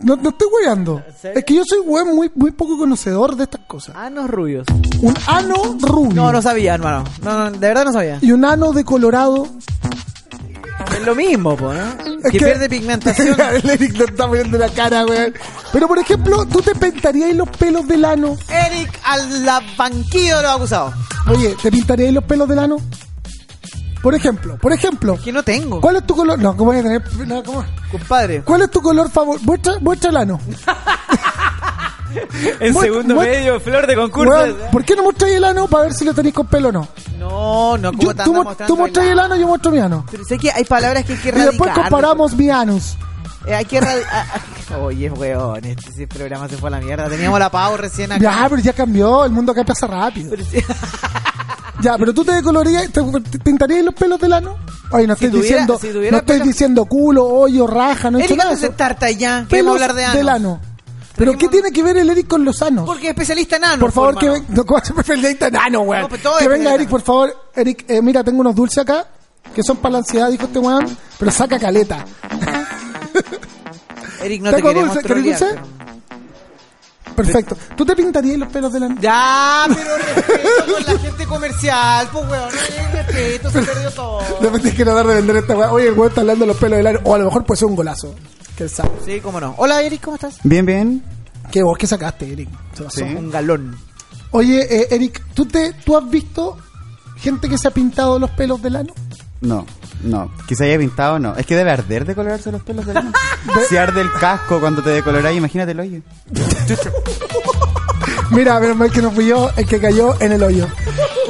Speaker 3: No, no estoy weando.
Speaker 2: serio?
Speaker 3: Es que yo soy weón muy, muy poco conocedor de estas cosas.
Speaker 2: Anos rubios.
Speaker 3: Un ano rubio
Speaker 2: No, no sabía, hermano. No, no, de verdad no sabía.
Speaker 3: y un ano de colorado.
Speaker 2: Es lo mismo, po, ¿no?
Speaker 3: Es
Speaker 2: que, pierde pigmentación.
Speaker 3: El Eric no está poniendo la cara, weón. Pero por ejemplo, tú te pintarías los pelos del ano.
Speaker 2: Eric al la banquillo de los acusados.
Speaker 3: Oye, ¿te pintarías los pelos del ano? Por ejemplo, por ejemplo.
Speaker 2: Que no tengo,
Speaker 3: ¿Cuál es tu color? No, ¿cómo voy a tener? no, ¿cómo?
Speaker 2: compadre.
Speaker 3: ¿Cuál es tu color favorito? Muestra, muestra el ano.
Speaker 2: En
Speaker 3: Muestra- muestra-
Speaker 2: flor de
Speaker 3: Weón, ¿Por qué no mostráis el ano para ver si lo tenéis con pelo o no?
Speaker 2: No, no,
Speaker 3: Yo-
Speaker 2: como
Speaker 3: tú mo- tú mostráis el ano, yo muestro mi ano.
Speaker 2: Pero sé que hay palabras que hay que
Speaker 3: Y
Speaker 2: erradicar.
Speaker 3: después comparamos mi anus.
Speaker 2: Eh, hay que erradicar. Oye, weón, este sí, programa se fue a la mierda. Teníamos la Pau recién acá.
Speaker 3: Ya, pero ya cambió, el mundo acá pasa rápido.
Speaker 2: Pero sí-
Speaker 3: Ya, pero tú te decolorías, te, te pintarías los pelos del ano. Oye, no
Speaker 2: Si
Speaker 3: estoy
Speaker 2: tuviera-
Speaker 3: diciendo,
Speaker 2: si tuviera
Speaker 3: no estoy
Speaker 2: pelo-
Speaker 3: diciendo culo, hoyo, raja, no he hecho
Speaker 2: Eric,
Speaker 3: nada. de
Speaker 2: antes de
Speaker 3: eso.
Speaker 2: sentarte ya, que
Speaker 3: Pelos
Speaker 2: vamos a hablar de
Speaker 3: del
Speaker 2: ano.
Speaker 3: ano. Pero ¿qué tiene que ver el Eric con los anos?
Speaker 2: Porque es especialista en ano.
Speaker 3: Por favor, que
Speaker 2: hermano.
Speaker 3: venga. No, ¿cómo se prefiere el Eric? Enano, weón.
Speaker 2: No, pero todo
Speaker 3: que
Speaker 2: es
Speaker 3: venga
Speaker 2: enano.
Speaker 3: Eric, por favor. Eric, eh, mira, tengo unos dulces acá que son para la ansiedad, dijo este weón, pero saca caleta.
Speaker 2: Eric, no te
Speaker 3: Tengo
Speaker 2: queremos
Speaker 3: dulce,
Speaker 2: trolear,
Speaker 3: ¿querés dulce? Perfecto. ¿Tú te pintarías los pelos del ano?
Speaker 2: pero- Ya, pero respeto con la gente comercial, pues weón, no hay respeto, se perdió todo.
Speaker 3: De repente quiero dar de vender esta weá. Oye, el weón está hablando de los pelos del ano. O a lo mejor puede ser un golazo. Que sabe.
Speaker 2: Sí, cómo no. Hola Eric, ¿cómo estás?
Speaker 11: Bien, bien.
Speaker 3: ¿Qué vos que sacaste, Eric? Se pasó.
Speaker 11: Sí.
Speaker 2: Un galón.
Speaker 3: Oye, eh, Eric, ¿tú, te, ¿tú has visto gente que se ha pintado los pelos del ano?
Speaker 11: No, no. Quizá haya pintado no. Es que debe arder decolorarse los pelos del ano. si arde el casco cuando te decoloráis, imagínate el hoyo.
Speaker 3: Mira, menos mal que no fui yo el que cayó en el hoyo.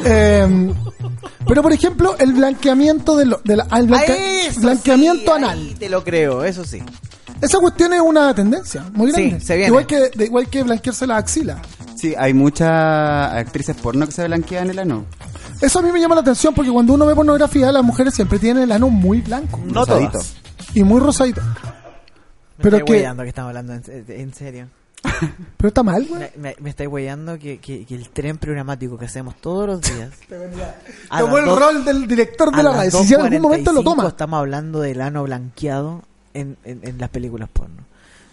Speaker 3: Eh, pero por ejemplo, el blanqueamiento de, lo- de la- ah, el blanca-
Speaker 2: Ah, eso
Speaker 3: blanqueamiento
Speaker 2: sí,
Speaker 3: anal.
Speaker 2: ahí te lo creo, eso sí.
Speaker 3: Esa cuestión es una tendencia muy
Speaker 2: Sí,
Speaker 3: grande.
Speaker 2: se viene.
Speaker 3: Igual que de- igual que blanquearse la axila.
Speaker 11: Sí, hay muchas actrices porno que se blanquean el ano.
Speaker 3: Eso a mí me llama la atención porque cuando uno ve pornografía, las mujeres siempre tienen el ano muy blanco
Speaker 2: No
Speaker 11: Rosadito.
Speaker 2: todas.
Speaker 3: y muy rosadito.
Speaker 2: Me
Speaker 3: Pero
Speaker 2: estáis
Speaker 3: que-
Speaker 2: hueando que estamos hablando en, en serio.
Speaker 3: Pero está mal, güey.
Speaker 2: Me, me, me estáis hueando que, que, que el tren programático que hacemos todos los días. a
Speaker 3: Tomó
Speaker 2: las
Speaker 3: el
Speaker 2: dos-
Speaker 3: rol del director
Speaker 2: a
Speaker 3: de la
Speaker 2: las
Speaker 3: radio. Si en algún momento lo
Speaker 2: 2:45
Speaker 3: toma.
Speaker 2: Estamos hablando del ano blanqueado en, en, en las películas porno.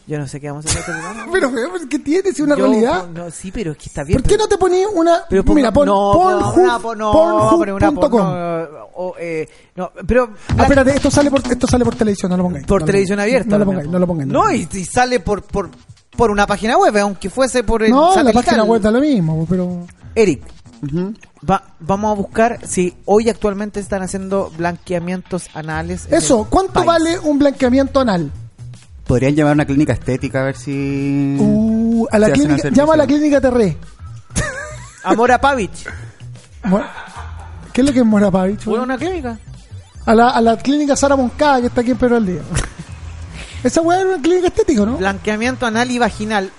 Speaker 2: Yo no sé qué vamos a hacer. este programa.
Speaker 3: Pero, güey, ¿qué tiene? Si una
Speaker 2: Yo,
Speaker 3: realidad.
Speaker 2: No, sí, pero es que está bien.
Speaker 3: ¿Por qué
Speaker 2: pero-
Speaker 3: no te poní una.
Speaker 2: Pero ponga-
Speaker 3: mira, pon,
Speaker 2: no,
Speaker 3: Pornhub-
Speaker 2: una po- no,
Speaker 3: Pornhub
Speaker 2: pero una
Speaker 3: punto
Speaker 2: porno,
Speaker 3: com.
Speaker 2: eh, o, eh, no, pero
Speaker 3: Ah, espérate, esto sale, por, esto sale por televisión, no lo pongáis.
Speaker 2: por
Speaker 3: No lo
Speaker 2: televisión
Speaker 3: pongáis.
Speaker 2: abierta.
Speaker 3: No lo
Speaker 2: también,
Speaker 3: pongáis,
Speaker 2: po.
Speaker 3: no lo pongáis.
Speaker 2: No, y, y sale por, por, por una página web, aunque fuese por el
Speaker 3: No, la
Speaker 2: satelital.
Speaker 3: página web da lo mismo, pero.
Speaker 2: Eric,
Speaker 11: Ujú.
Speaker 2: va- vamos a buscar si hoy actualmente están haciendo blanqueamientos anales. en
Speaker 3: Eso,
Speaker 2: el
Speaker 3: ¿cuánto
Speaker 2: país.
Speaker 3: vale un blanqueamiento anal?
Speaker 11: Podrían llamar a una clínica estética a ver si.
Speaker 2: Mm.
Speaker 3: Uh, a la
Speaker 11: Se hace una
Speaker 3: clínica,
Speaker 11: servicio.
Speaker 3: llama a la clínica Terré.
Speaker 2: Amora Pavich.
Speaker 3: Mo- ¿Qué es lo que es Morapavich?
Speaker 2: ¿Fue una clínica?
Speaker 3: A la, a la clínica Sara Moncada, que está aquí en Pedro Aldea. Esa weá era una clínica estética, ¿no?
Speaker 2: Blanqueamiento anal y vaginal.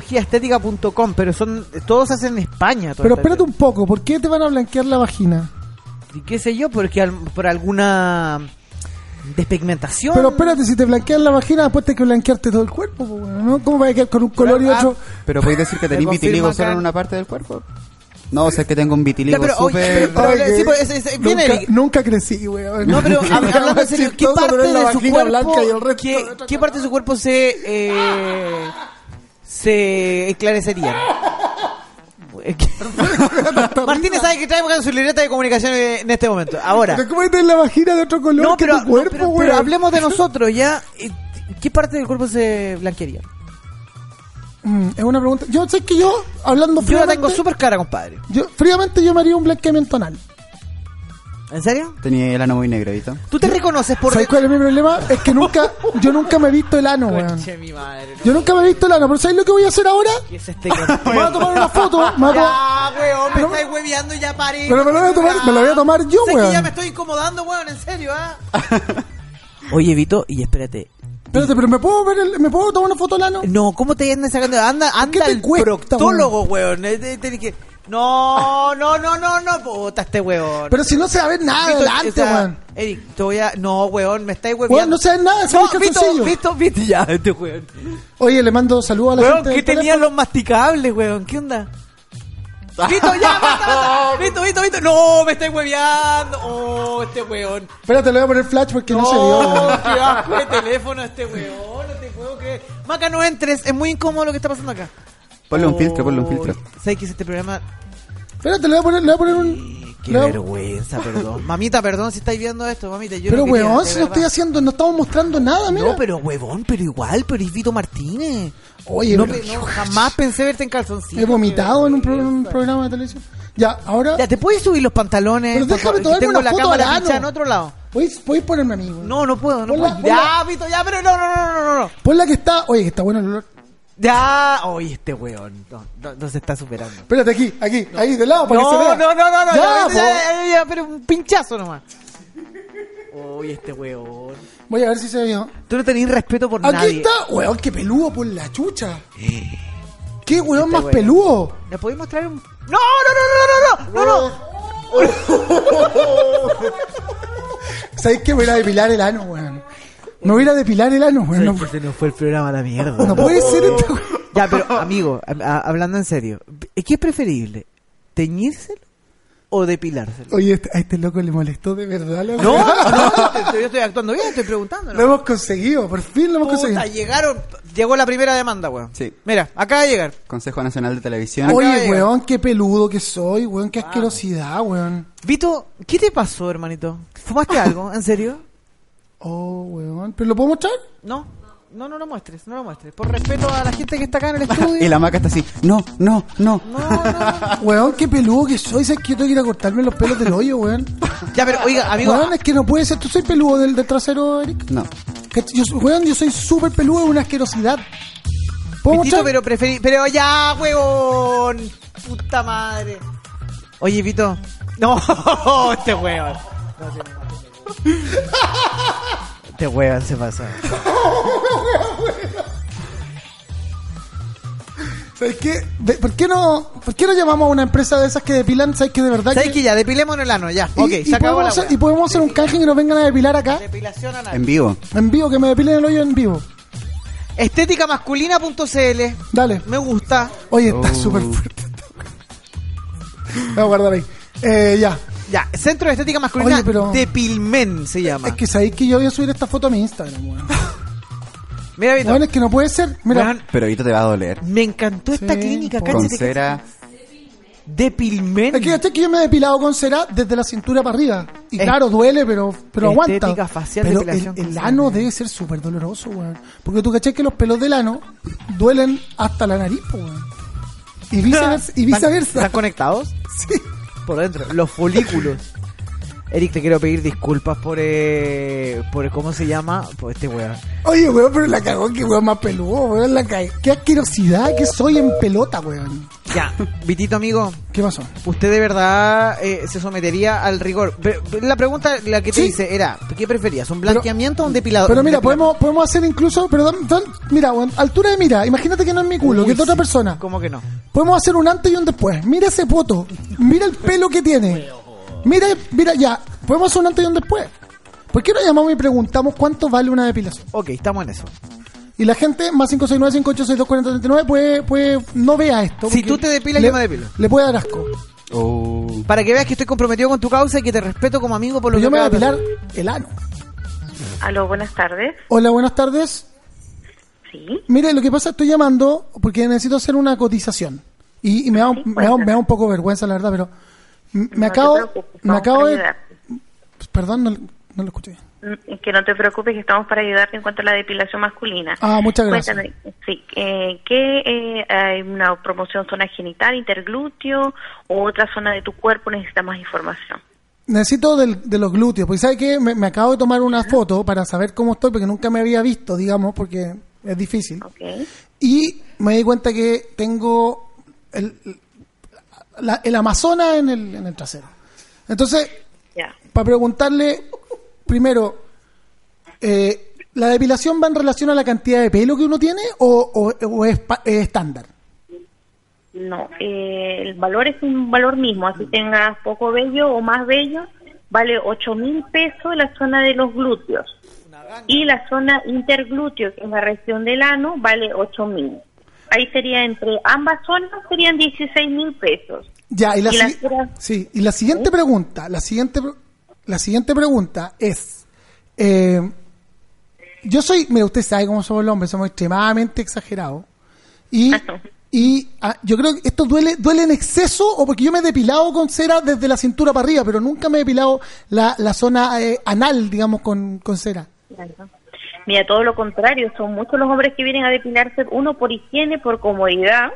Speaker 2: Femcirugíaestética.com. Pero son. Todos hacen en España. toda
Speaker 3: Pero
Speaker 2: esta
Speaker 3: espérate un poco, ¿por qué te van a blanquear la vagina?
Speaker 2: Y qué sé yo, porque al- por alguna despigmentación.
Speaker 3: Pero espérate, si te blanquean la vagina, después te hay que blanquearte todo el cuerpo, po, weón, ¿no? ¿Cómo va a quedar con un color y
Speaker 2: Ah,
Speaker 3: otro? Eh,
Speaker 11: Pero podéis decir que
Speaker 2: Me
Speaker 11: tenéis
Speaker 2: confirma
Speaker 11: vitiligo
Speaker 2: acá.
Speaker 11: solo en una parte del cuerpo. No, o sea que tengo un
Speaker 2: Ya,
Speaker 11: vitiligo
Speaker 2: pero, oye,
Speaker 11: súper.
Speaker 2: pero-
Speaker 3: Ay,
Speaker 2: sí,
Speaker 3: que-
Speaker 2: pues, es- es- viene
Speaker 3: nunca,
Speaker 2: Eric.
Speaker 3: nunca crecí, weón.
Speaker 2: No, pero hab- hablando en serio, ¿qué
Speaker 3: Chistoso,
Speaker 2: parte
Speaker 3: pero es la
Speaker 2: de su
Speaker 3: vagina
Speaker 2: cuerpo,
Speaker 3: blanca y el resto
Speaker 2: qué,
Speaker 3: de otra
Speaker 2: qué parte de su cuerpo se eh, se esclarecería? Es que- Martínez sabe que traemos en su libreta de comunicación eh, en este momento. Ahora,
Speaker 3: Pero ¿Cómo metes la vagina de otro color
Speaker 2: no,
Speaker 3: que
Speaker 2: pero,
Speaker 3: tu cuerpo,
Speaker 2: no, pero-
Speaker 3: weón?
Speaker 2: pero hablemos de nosotros ya. Eh, ¿Qué parte del cuerpo se blanquearía?
Speaker 3: Mm, es una pregunta. Yo sé que yo, hablando
Speaker 2: Yo la
Speaker 3: fríamente...
Speaker 2: tengo súper cara, compadre.
Speaker 3: yo- fríamente yo me haría un blanqueamiento anal.
Speaker 2: ¿En serio?
Speaker 11: Tenía el ano muy negro, ¿viste?
Speaker 2: ¿Tú te reconoces por
Speaker 3: ¿Sabes cuál es mi problema? Es que nunca, yo nunca me he visto el ano, weón.
Speaker 2: Che, mi madre.
Speaker 3: Yo nunca me he visto el ano, pero ¿sabes lo que voy a hacer ahora?
Speaker 2: ¿Qué es este
Speaker 3: Me voy a tomar una foto, me voy a tomar-
Speaker 2: Ya, weón, me
Speaker 3: Pero-
Speaker 2: estáis hueveando ya paré.
Speaker 3: pero me lo voy a tomar- me lo voy a tomar yo,
Speaker 2: sé
Speaker 3: weón.
Speaker 2: que ya me estoy incomodando, weón, en serio, ¿ah? Oye, Vito, y espérate.
Speaker 3: Espérate, pero ¿me puedo, ver el- ¿me puedo tomar una foto del ano?
Speaker 2: No, ¿cómo te andas sacando? Anda,
Speaker 3: ¿Qué
Speaker 2: anda
Speaker 3: te
Speaker 2: el
Speaker 3: cuesta,
Speaker 2: proctólogo, weón. Eh, te- tenés que- No, no, no, no, no, puta este weón.
Speaker 3: Pero si no se va a ver nada
Speaker 2: Vito,
Speaker 3: delante,
Speaker 2: o sea,
Speaker 3: weón.
Speaker 2: Eric, te voy a... No, weón, me estáis hueveando.
Speaker 3: Weón, no se ve nada, se ve
Speaker 2: No,
Speaker 3: el
Speaker 2: Vito,
Speaker 3: calzoncillo.
Speaker 2: Vito, Vito, ya, este weón.
Speaker 3: Oye, le mando saludos a la
Speaker 2: Weón,
Speaker 3: gente.
Speaker 2: ¿qué
Speaker 3: del
Speaker 2: tenían los masticables, weón? ¿Qué onda? Vito, ya, basta, basta. Vito, Vito, Vito. No, me estáis hueveando. Oh, este weón.
Speaker 3: teléfono. Espérate, le voy a poner flash porque no, se vio.
Speaker 2: No,
Speaker 3: weón.
Speaker 2: qué asco de teléfono este weón. No te puedo creer. Maca, no entres. Es muy incómodo lo que está pasando acá.
Speaker 11: Ponle un filtro, ponle un filtro.
Speaker 2: Oh, ¿Sabes qué es este programa?
Speaker 3: Espérate, le voy a poner, le voy a poner un...
Speaker 2: Qué
Speaker 3: le voy a-
Speaker 2: vergüenza, perdón. Mamita, perdón si estáis viendo esto, mamita. Yo
Speaker 3: Pero
Speaker 2: no quería,
Speaker 3: weón,
Speaker 2: de
Speaker 3: si no estoy
Speaker 2: verdad.
Speaker 3: haciendo, no estamos mostrando nada, mira.
Speaker 2: No, pero huevón, pero igual, pero es Vito Martínez.
Speaker 3: Oye,
Speaker 2: no,
Speaker 3: pero-
Speaker 2: pe- no, jamás pensé verte en calzoncillo.
Speaker 3: He vomitado en un, pro- un programa de televisión. Ya, ahora.
Speaker 2: Ya, te puedes subir los pantalones.
Speaker 3: Pero déjame
Speaker 2: Porque
Speaker 3: tomarme
Speaker 2: Tengo
Speaker 3: una
Speaker 2: la
Speaker 3: foto al
Speaker 2: cámara
Speaker 3: ano.
Speaker 2: pinchada en otro lado.
Speaker 3: ¿Puedes, puedes ponerme a mí, güey.
Speaker 2: No, no puedo, no
Speaker 3: Ponla,
Speaker 2: puedo.
Speaker 3: ponla.
Speaker 2: Ya, Vito, ya, pero no, no, no, no, no, no.
Speaker 3: Pon la que está. Oye, que está bueno el olor.
Speaker 2: Ya, oye, este weón no, no- no se está superando.
Speaker 3: Espérate, aquí, aquí, ahí, de lado, para que se
Speaker 2: No,
Speaker 3: vea.
Speaker 2: no, no, no, no,
Speaker 3: Ya,
Speaker 2: ya,
Speaker 3: po.
Speaker 2: ya, ya, ya, pero un pinchazo nomás. Oye, este weón.
Speaker 3: Voy a ver si se vio.
Speaker 2: Tú no tenés respeto por
Speaker 3: Aquí
Speaker 2: nadie. Eh.
Speaker 3: está. Weón, qué peludo por la chucha. ¿Qué weón
Speaker 2: Este
Speaker 3: más
Speaker 2: weón.
Speaker 3: peludo?
Speaker 2: ¿Le podéis mostrar un.? ¡No, no, no, no, no,
Speaker 3: Oh,
Speaker 2: no! no, no.
Speaker 3: ¿Sabes qué? Me voy a depilar el ano, weón. Me voy a depilar el ano, weón. No,
Speaker 2: Ay, se nos fue el programa a la mierda.
Speaker 3: no puede ser esto. weón.
Speaker 2: Oh. Ya, pero amigo, a- a- hablando en serio, ¿qué es preferible? ¿Teñírselo o depilárselo?
Speaker 3: Oye, este- a este loco le molestó de verdad la
Speaker 2: No,
Speaker 3: weá.
Speaker 2: no, no, te- te- yo estoy actuando bien, estoy preguntando.
Speaker 3: Lo hemos conseguido, por fin lo hemos
Speaker 2: Puta,
Speaker 3: conseguido.
Speaker 2: llegaron, llegó la primera demanda, weón.
Speaker 11: Sí.
Speaker 2: Mira, acaba de llegar.
Speaker 11: Consejo Nacional de Televisión.
Speaker 2: Acaba de
Speaker 3: Oye,
Speaker 2: llegar.
Speaker 3: weón, qué peludo que soy, weón,
Speaker 2: Ah.
Speaker 3: qué asquerosidad, weón.
Speaker 2: Vito, ¿qué te pasó, hermanito? ¿Fumaste algo? ¿En serio?
Speaker 3: Oh, weón. ¿Pero lo puedo mostrar?
Speaker 2: No. No, no lo muestres, no lo muestres. Por respeto a la gente que está acá en el
Speaker 11: Y
Speaker 2: estudio.
Speaker 11: la maca está así. No, no, no.
Speaker 2: No, no, no.
Speaker 3: Weón, qué peludo que soy. ¿Sabes que yo tengo que ir a cortarme los pelos del hoyo, weón?
Speaker 2: Ya, pero oiga, amigo.
Speaker 3: Weón, es que no puede ser. ¿Tú soy peludo del, del trasero, Eric?
Speaker 11: No.
Speaker 3: Que Yo, weón, yo soy súper peludo, es una asquerosidad. ¿Puedo
Speaker 2: Vitito,
Speaker 3: mostrar?
Speaker 2: pero preferí. Pero ya, weón. Puta madre. Oye, Vito. No, este hueón. No, sí, no. Este hueón se pasó.
Speaker 3: ¿Sabes qué? De- ¿por, qué no, ¿Por qué no llamamos a una empresa de esas que depilan? ¿Sabes que de verdad
Speaker 2: ¿Sabes que ya? Depilémonos el ano, ya.
Speaker 3: Y,
Speaker 2: ok,
Speaker 3: y
Speaker 2: se acabó la
Speaker 3: podemos hacer, Em.
Speaker 2: hueá.
Speaker 3: y podemos hacer un canje que nos vengan a depilar acá,
Speaker 2: Depilación anal.
Speaker 11: En vivo.
Speaker 3: en vivo, que me depilen el hoyo en vivo.
Speaker 2: Estéticamasculina.cl.
Speaker 3: Dale.
Speaker 2: Me gusta.
Speaker 3: Oye, está súper fuerte. Voy a guardar ahí. Eh, ya.
Speaker 2: Ya, Centro de Estética Masculina
Speaker 3: Oye, pero-
Speaker 2: Depilmen se llama.
Speaker 3: Es que sabéis que yo voy a subir esta foto a mi Instagram, weón.
Speaker 2: Mira, Vito.
Speaker 3: Weón, es que no puede ser. Mira,
Speaker 2: weón,
Speaker 11: Pero ahorita te va a doler.
Speaker 2: me encantó esta
Speaker 3: Sí,
Speaker 2: clínica,
Speaker 3: po.
Speaker 2: cáchate
Speaker 11: Con
Speaker 2: que-
Speaker 11: cera.
Speaker 2: Depilmen.
Speaker 3: es que ¿cachai que yo me he depilado con cera desde la cintura para arriba. Y
Speaker 2: Es-
Speaker 3: claro, duele, pero, pero aguanta.
Speaker 2: Estética facial,
Speaker 3: pero
Speaker 2: depilación
Speaker 3: el, el
Speaker 2: con cera.
Speaker 3: ano debe ser súper doloroso, weón. Porque tú caché que los pelos del ano duelen hasta la nariz, po, weón. Y viceversa. Y
Speaker 2: ¿Están-
Speaker 3: viceversa.
Speaker 2: ¿Están conectados?
Speaker 3: Sí.
Speaker 2: Por dentro. Los folículos. Eric, te quiero pedir disculpas por eh, por cómo se llama por este weón.
Speaker 3: Oye, weón, pero la cagó que weón más peludo, weón. La ca- Qué asquerosidad que soy en pelota, weón.
Speaker 2: Ya, Vitito amigo,
Speaker 3: ¿Qué pasó?
Speaker 2: ¿usted de verdad eh, se sometería al rigor? Pero- pero la pregunta la que te
Speaker 3: Sí.
Speaker 2: hice era, ¿qué preferías? ¿Un blanqueamiento o un depilador?
Speaker 3: Pero mira,
Speaker 2: Un depilador.
Speaker 3: podemos, podemos hacer incluso, pero dan- dan- mira, weón, altura de mira, imagínate que no es mi culo,
Speaker 2: Uy,
Speaker 3: que es de otra
Speaker 2: sí.
Speaker 3: persona.
Speaker 2: ¿Cómo que no?
Speaker 3: Podemos hacer un antes y un después. Mira ese poto, mira el pelo que tiene. Mira, mira ya, podemos hacer un antes y un después. ¿Por qué no llamamos y preguntamos cuánto vale una depilación?
Speaker 2: Ok, estamos en eso.
Speaker 3: Y la gente, más 569-5862-4039, puede, puede, no vea esto.
Speaker 2: Si
Speaker 3: porque
Speaker 2: tú te depilas,
Speaker 3: le-
Speaker 2: yo me depilo.
Speaker 3: Le puede dar asco.
Speaker 11: Oh.
Speaker 2: Para que veas que estoy comprometido con tu causa y que te respeto como amigo por lo
Speaker 3: Pero
Speaker 2: que
Speaker 3: yo me voy a
Speaker 2: acabas de
Speaker 3: depilar el ano.
Speaker 12: Aló, buenas tardes.
Speaker 3: Hola, buenas tardes.
Speaker 12: Sí.
Speaker 3: Mire, lo que pasa, estoy llamando porque necesito hacer una cotización. Y, y me, da, un- me, da, un- me da un poco de vergüenza, la verdad, pero m- me
Speaker 12: Ah, No te
Speaker 3: acabo,
Speaker 12: preocupes,
Speaker 3: me
Speaker 12: vamos
Speaker 3: acabo
Speaker 12: para
Speaker 3: de...
Speaker 12: ayudarte.
Speaker 3: Perdón, no, no lo escuché bien.
Speaker 12: Mm, Que no te preocupes, que estamos para ayudarte en cuanto a la depilación masculina.
Speaker 3: Ah, muchas gracias.
Speaker 12: Cuéntame, sí, eh, ¿qué eh, hay una promoción zona genital, interglúteo o otra zona de tu cuerpo? Necesitas más información.
Speaker 3: Necesito del- de los glúteos, porque ¿sabe qué? Me, me acabo de tomar una foto para saber cómo estoy, porque nunca me había visto, digamos, porque es difícil.
Speaker 12: ¿Ok?
Speaker 3: Y me di cuenta que tengo el, la- el Amazonas en el, en el trasero. Entonces,
Speaker 12: Ya.
Speaker 3: para preguntarle, primero, eh, ¿la depilación va en relación a la cantidad de pelo que uno tiene o, o- o es, pa- es estándar?
Speaker 12: No, eh, el valor es un valor mismo, así tengas poco bello o más bello, vale 8 mil pesos la zona de los glúteos. Y la zona interglúteo, que es la región del ano, vale 8 mil. Ahí sería entre ambas zonas, serían 16 mil pesos.
Speaker 3: Ya, y la,
Speaker 12: Y la
Speaker 3: si-
Speaker 12: cura-
Speaker 3: sí, y la siguiente pregunta, la siguiente, pre- la siguiente pregunta es, eh, yo soy, mira, usted sabe cómo somos los hombres, somos extremadamente exagerados. Y,
Speaker 12: Ajá.
Speaker 3: y ah, yo creo que esto duele, duele en exceso, o porque yo me he depilado con cera desde la cintura para arriba, pero nunca me he depilado la, la zona eh, anal, digamos, con, con cera.
Speaker 12: Claro. Mira, todo lo contrario, son muchos los hombres que vienen a depilarse, uno por higiene, por comodidad,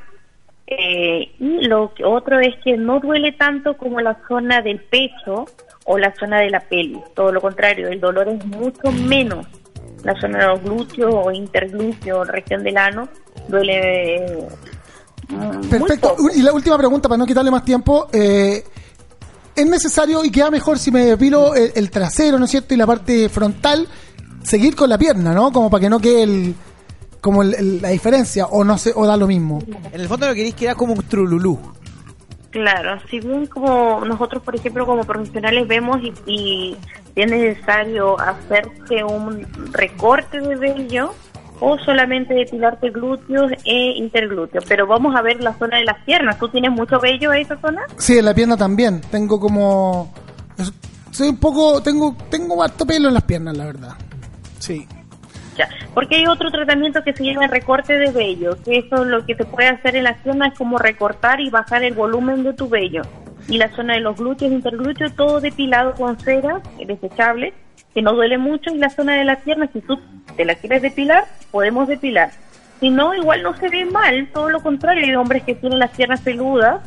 Speaker 12: eh, y lo que- otro es que no duele tanto como la zona del pecho o la zona de la pelvis, todo lo contrario, el dolor es mucho menos. La zona de los glúteos o interglúteos, región del ano, duele... eh, muy
Speaker 3: Perfecto.
Speaker 12: poco.
Speaker 3: Y la última pregunta, para no quitarle más tiempo. eh, ¿Es necesario y queda mejor si me depilo el, el trasero, ¿no es cierto? Y la parte frontal, seguir con la pierna, ¿no? Como para que no quede el, como el- el- la diferencia o no sé, o da lo mismo.
Speaker 2: hablar. En el fondo lo queréis que era como un trululú.
Speaker 12: Claro, si bien como nosotros, por ejemplo, como profesionales vemos y, y si es necesario hacerse un recorte de vello o solamente depilarte glúteos e interglúteos, pero vamos a ver la zona de las piernas. ¿Tú tienes mucho vello en esa zona?
Speaker 3: Sí, en la pierna también. Tengo como... es- Soy un poco... Tengo, tengo harto pelo en las piernas, la verdad. Sí.
Speaker 12: Ya, porque hay otro tratamiento que se llama recorte de vello, que eso lo que te puede hacer en la zona es como recortar y bajar el volumen de tu vello. Y la zona de los glúteos, interglúteos, todo depilado con cera eh, desechable, que no duele mucho. Y la zona de las piernas, si tú te la quieres depilar, podemos depilar. Si no, igual no se ve mal, todo lo contrario, hay hombres que tienen las piernas peludas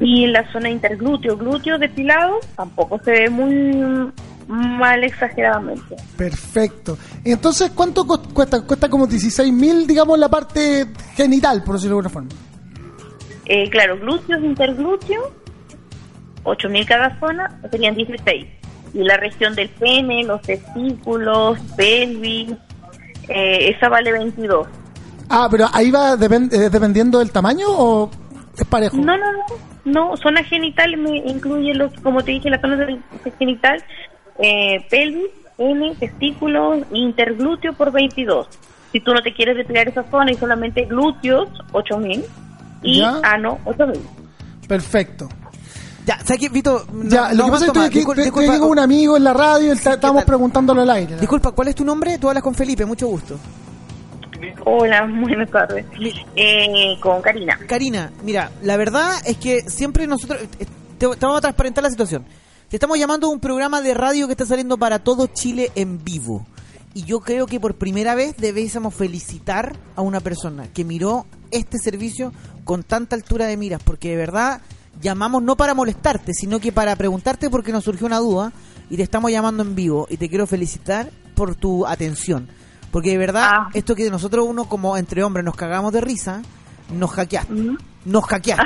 Speaker 12: y en la zona interglúteo, glúteo depilado, tampoco se ve muy mm, mal exageradamente.
Speaker 3: Perfecto. Y entonces, ¿cuánto cos- cuesta? Cuesta como 16 mil, digamos, la parte genital, por decirlo de alguna forma.
Speaker 12: Eh, claro, glúteos, interglúteos 8.000 cada zona, serían 16. Y la región del pene, los testículos, pelvis, eh, esa vale 22.
Speaker 3: Ah, pero ahí va depen- eh, dependiendo del tamaño o es parejo.
Speaker 12: No, no, no. No, zona genital me incluye, los, como te dije, la zona del- genital, eh, pelvis, pene, testículos, interglúteo por 22. Si tú no te quieres depilar esa zona y solamente glúteos, 8000. Y ah,
Speaker 3: Ya.
Speaker 12: ano, 8000.
Speaker 3: Perfecto.
Speaker 2: Ya, ¿sabes qué, Vito? No,
Speaker 3: ya, lo
Speaker 2: no
Speaker 3: que pasa es
Speaker 2: aguanto
Speaker 3: que
Speaker 2: más.
Speaker 3: aquí
Speaker 2: Discul-
Speaker 3: te-
Speaker 2: disculpa,
Speaker 3: tengo un amigo en la radio y está- estábamos preguntándolo al aire.
Speaker 2: disculpa, ¿cuál es tu nombre? Tú hablas con Felipe, mucho gusto.
Speaker 12: Hola, buenas tardes. con Karina.
Speaker 2: Karina, mira, la verdad es que siempre nosotros. eh, Te, te vamos a transparentar la situación. Te estamos llamando a un programa de radio que está saliendo para todo Chile en vivo. Y yo creo que por primera vez debiésemos felicitar a una persona que miró este servicio con tanta altura de miras, porque de verdad llamamos no para molestarte, sino que para preguntarte porque nos surgió una duda y te estamos llamando en vivo y te quiero felicitar por tu atención. Porque de verdad, esto que nosotros uno como entre hombres nos cagamos de risa, nos hackeaste. Nos hackeaste.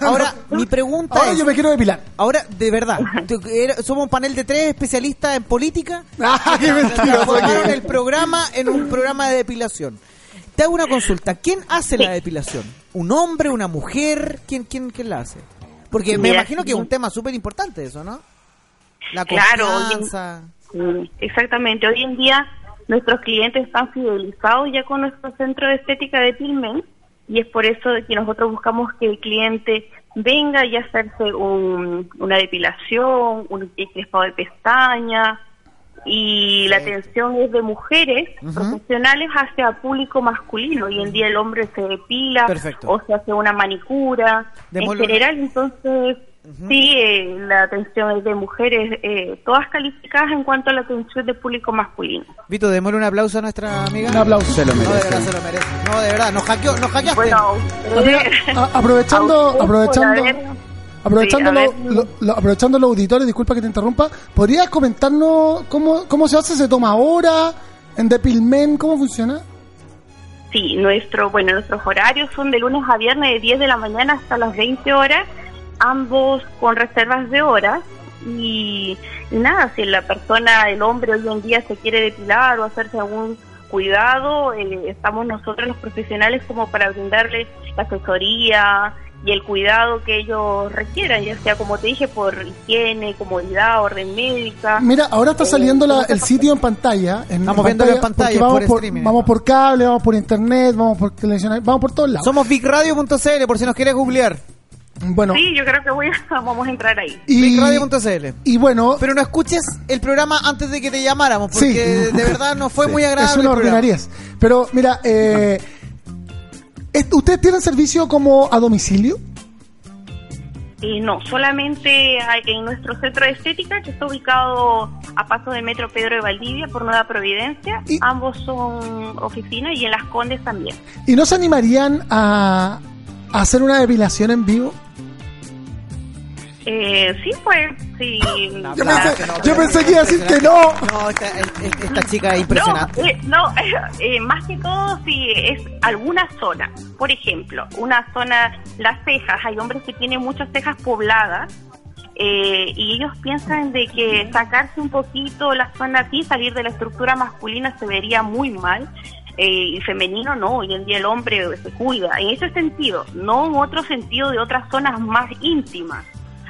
Speaker 2: Ahora, mi pregunta
Speaker 3: Ahora
Speaker 2: es...
Speaker 3: yo me quiero depilar.
Speaker 2: Ahora, de verdad, tú- era- somos un panel de tres especialistas en política.
Speaker 3: qué mentiroso
Speaker 2: Transformaron
Speaker 3: que-
Speaker 2: el programa en un programa de depilación. Te hago una consulta. ¿Quién hace la depilación? ¿Un hombre, una mujer? ¿Quién, quién, quién la hace? Porque me
Speaker 12: Mira,
Speaker 2: imagino que es un tema súper importante eso, ¿no? La confianza.
Speaker 12: Claro, exactamente. Hoy en día nuestros clientes están fidelizados ya con nuestro centro de estética de Pilmen y es por eso de que nosotros buscamos que el cliente venga y hacerse un- una depilación, un crespado de pestañas y la atención es de mujeres
Speaker 10: Ujú.
Speaker 12: profesionales hacia público masculino. Hoy en día el hombre se depila
Speaker 10: Perfecto.
Speaker 12: o se hace una manicura.
Speaker 10: Démosle
Speaker 12: en
Speaker 10: una-
Speaker 12: general, entonces, sí, eh, la atención es de mujeres, eh, todas calificadas en cuanto a la atención de público masculino.
Speaker 2: Vito, démosle un aplauso a nuestra amiga. Un
Speaker 11: aplauso. Se lo
Speaker 2: No, de
Speaker 11: merece.
Speaker 2: verdad, se lo merece. No, de verdad, nos hackeó, nos hackeaste.
Speaker 3: Oiga, a- aprovechando, aprovechando, aprovechando,
Speaker 2: Sí, a
Speaker 3: lo- lo- lo- aprovechando los auditores, disculpa que te interrumpa, ¿podrías comentarnos cómo, cómo se hace? ¿Se toma ahora? ¿En Depilmen? ¿Cómo funciona?
Speaker 12: Sí, nuestro, bueno, nuestros horarios son de lunes a viernes de 10 de la mañana hasta las 20 horas, ambos con reservas de horas. Y, y nada, si la persona, el hombre hoy en día se quiere depilar o hacerse algún cuidado, eh, estamos nosotros los profesionales como para brindarle la asesoría y el cuidado que ellos requieran, ya sea como te dije, por higiene, comodidad, orden
Speaker 4: Ah.
Speaker 12: médica.
Speaker 3: Mira, ahora está
Speaker 12: Eh,
Speaker 3: saliendo la- el sitio en pantalla. En,
Speaker 2: Estamos viéndolo en pantalla,
Speaker 3: porque vamos
Speaker 2: por streaming.
Speaker 3: Vamos por cable, vamos por internet, vamos por televisión, vamos por todos lados.
Speaker 2: Somos bigradio.cl por si nos quieres googlear.
Speaker 3: Bueno,
Speaker 12: Sí, yo creo que voy a- vamos a entrar ahí.
Speaker 2: bigradio.cl.
Speaker 3: Y bueno,
Speaker 2: pero no escuches el programa antes de que te llamáramos,
Speaker 3: Sí.
Speaker 2: porque de verdad no fue
Speaker 3: Sí.
Speaker 2: muy agradable.
Speaker 3: Es una
Speaker 2: el programa.
Speaker 3: ordinariez. Pero mira, eh, es- ¿ustedes tienen servicio como a domicilio?
Speaker 12: Y Eh, no, solamente hay- en nuestro centro de estética, que está ubicado a paso del metro Pedro de Valdivia por Nueva Providencia. Ambos son oficinas y en Las Condes también.
Speaker 3: ¿Y no se animarían a, a hacer una depilación en vivo?
Speaker 12: Eh, sí, pues, sí.
Speaker 3: Yo pensé, yo pensé que iba a decir que no.
Speaker 2: No, esta, esta chica es impresionante.
Speaker 12: No, eh, no, eh, más que todo si es alguna zona. Por ejemplo, una zona, las cejas. Hay hombres que tienen muchas cejas pobladas eh, y ellos piensan de que sacarse un poquito la zona y salir de la estructura masculina se vería muy mal. Eh, y femenino no, hoy en día el hombre se cuida, en ese sentido, no en otro sentido de otras zonas más íntimas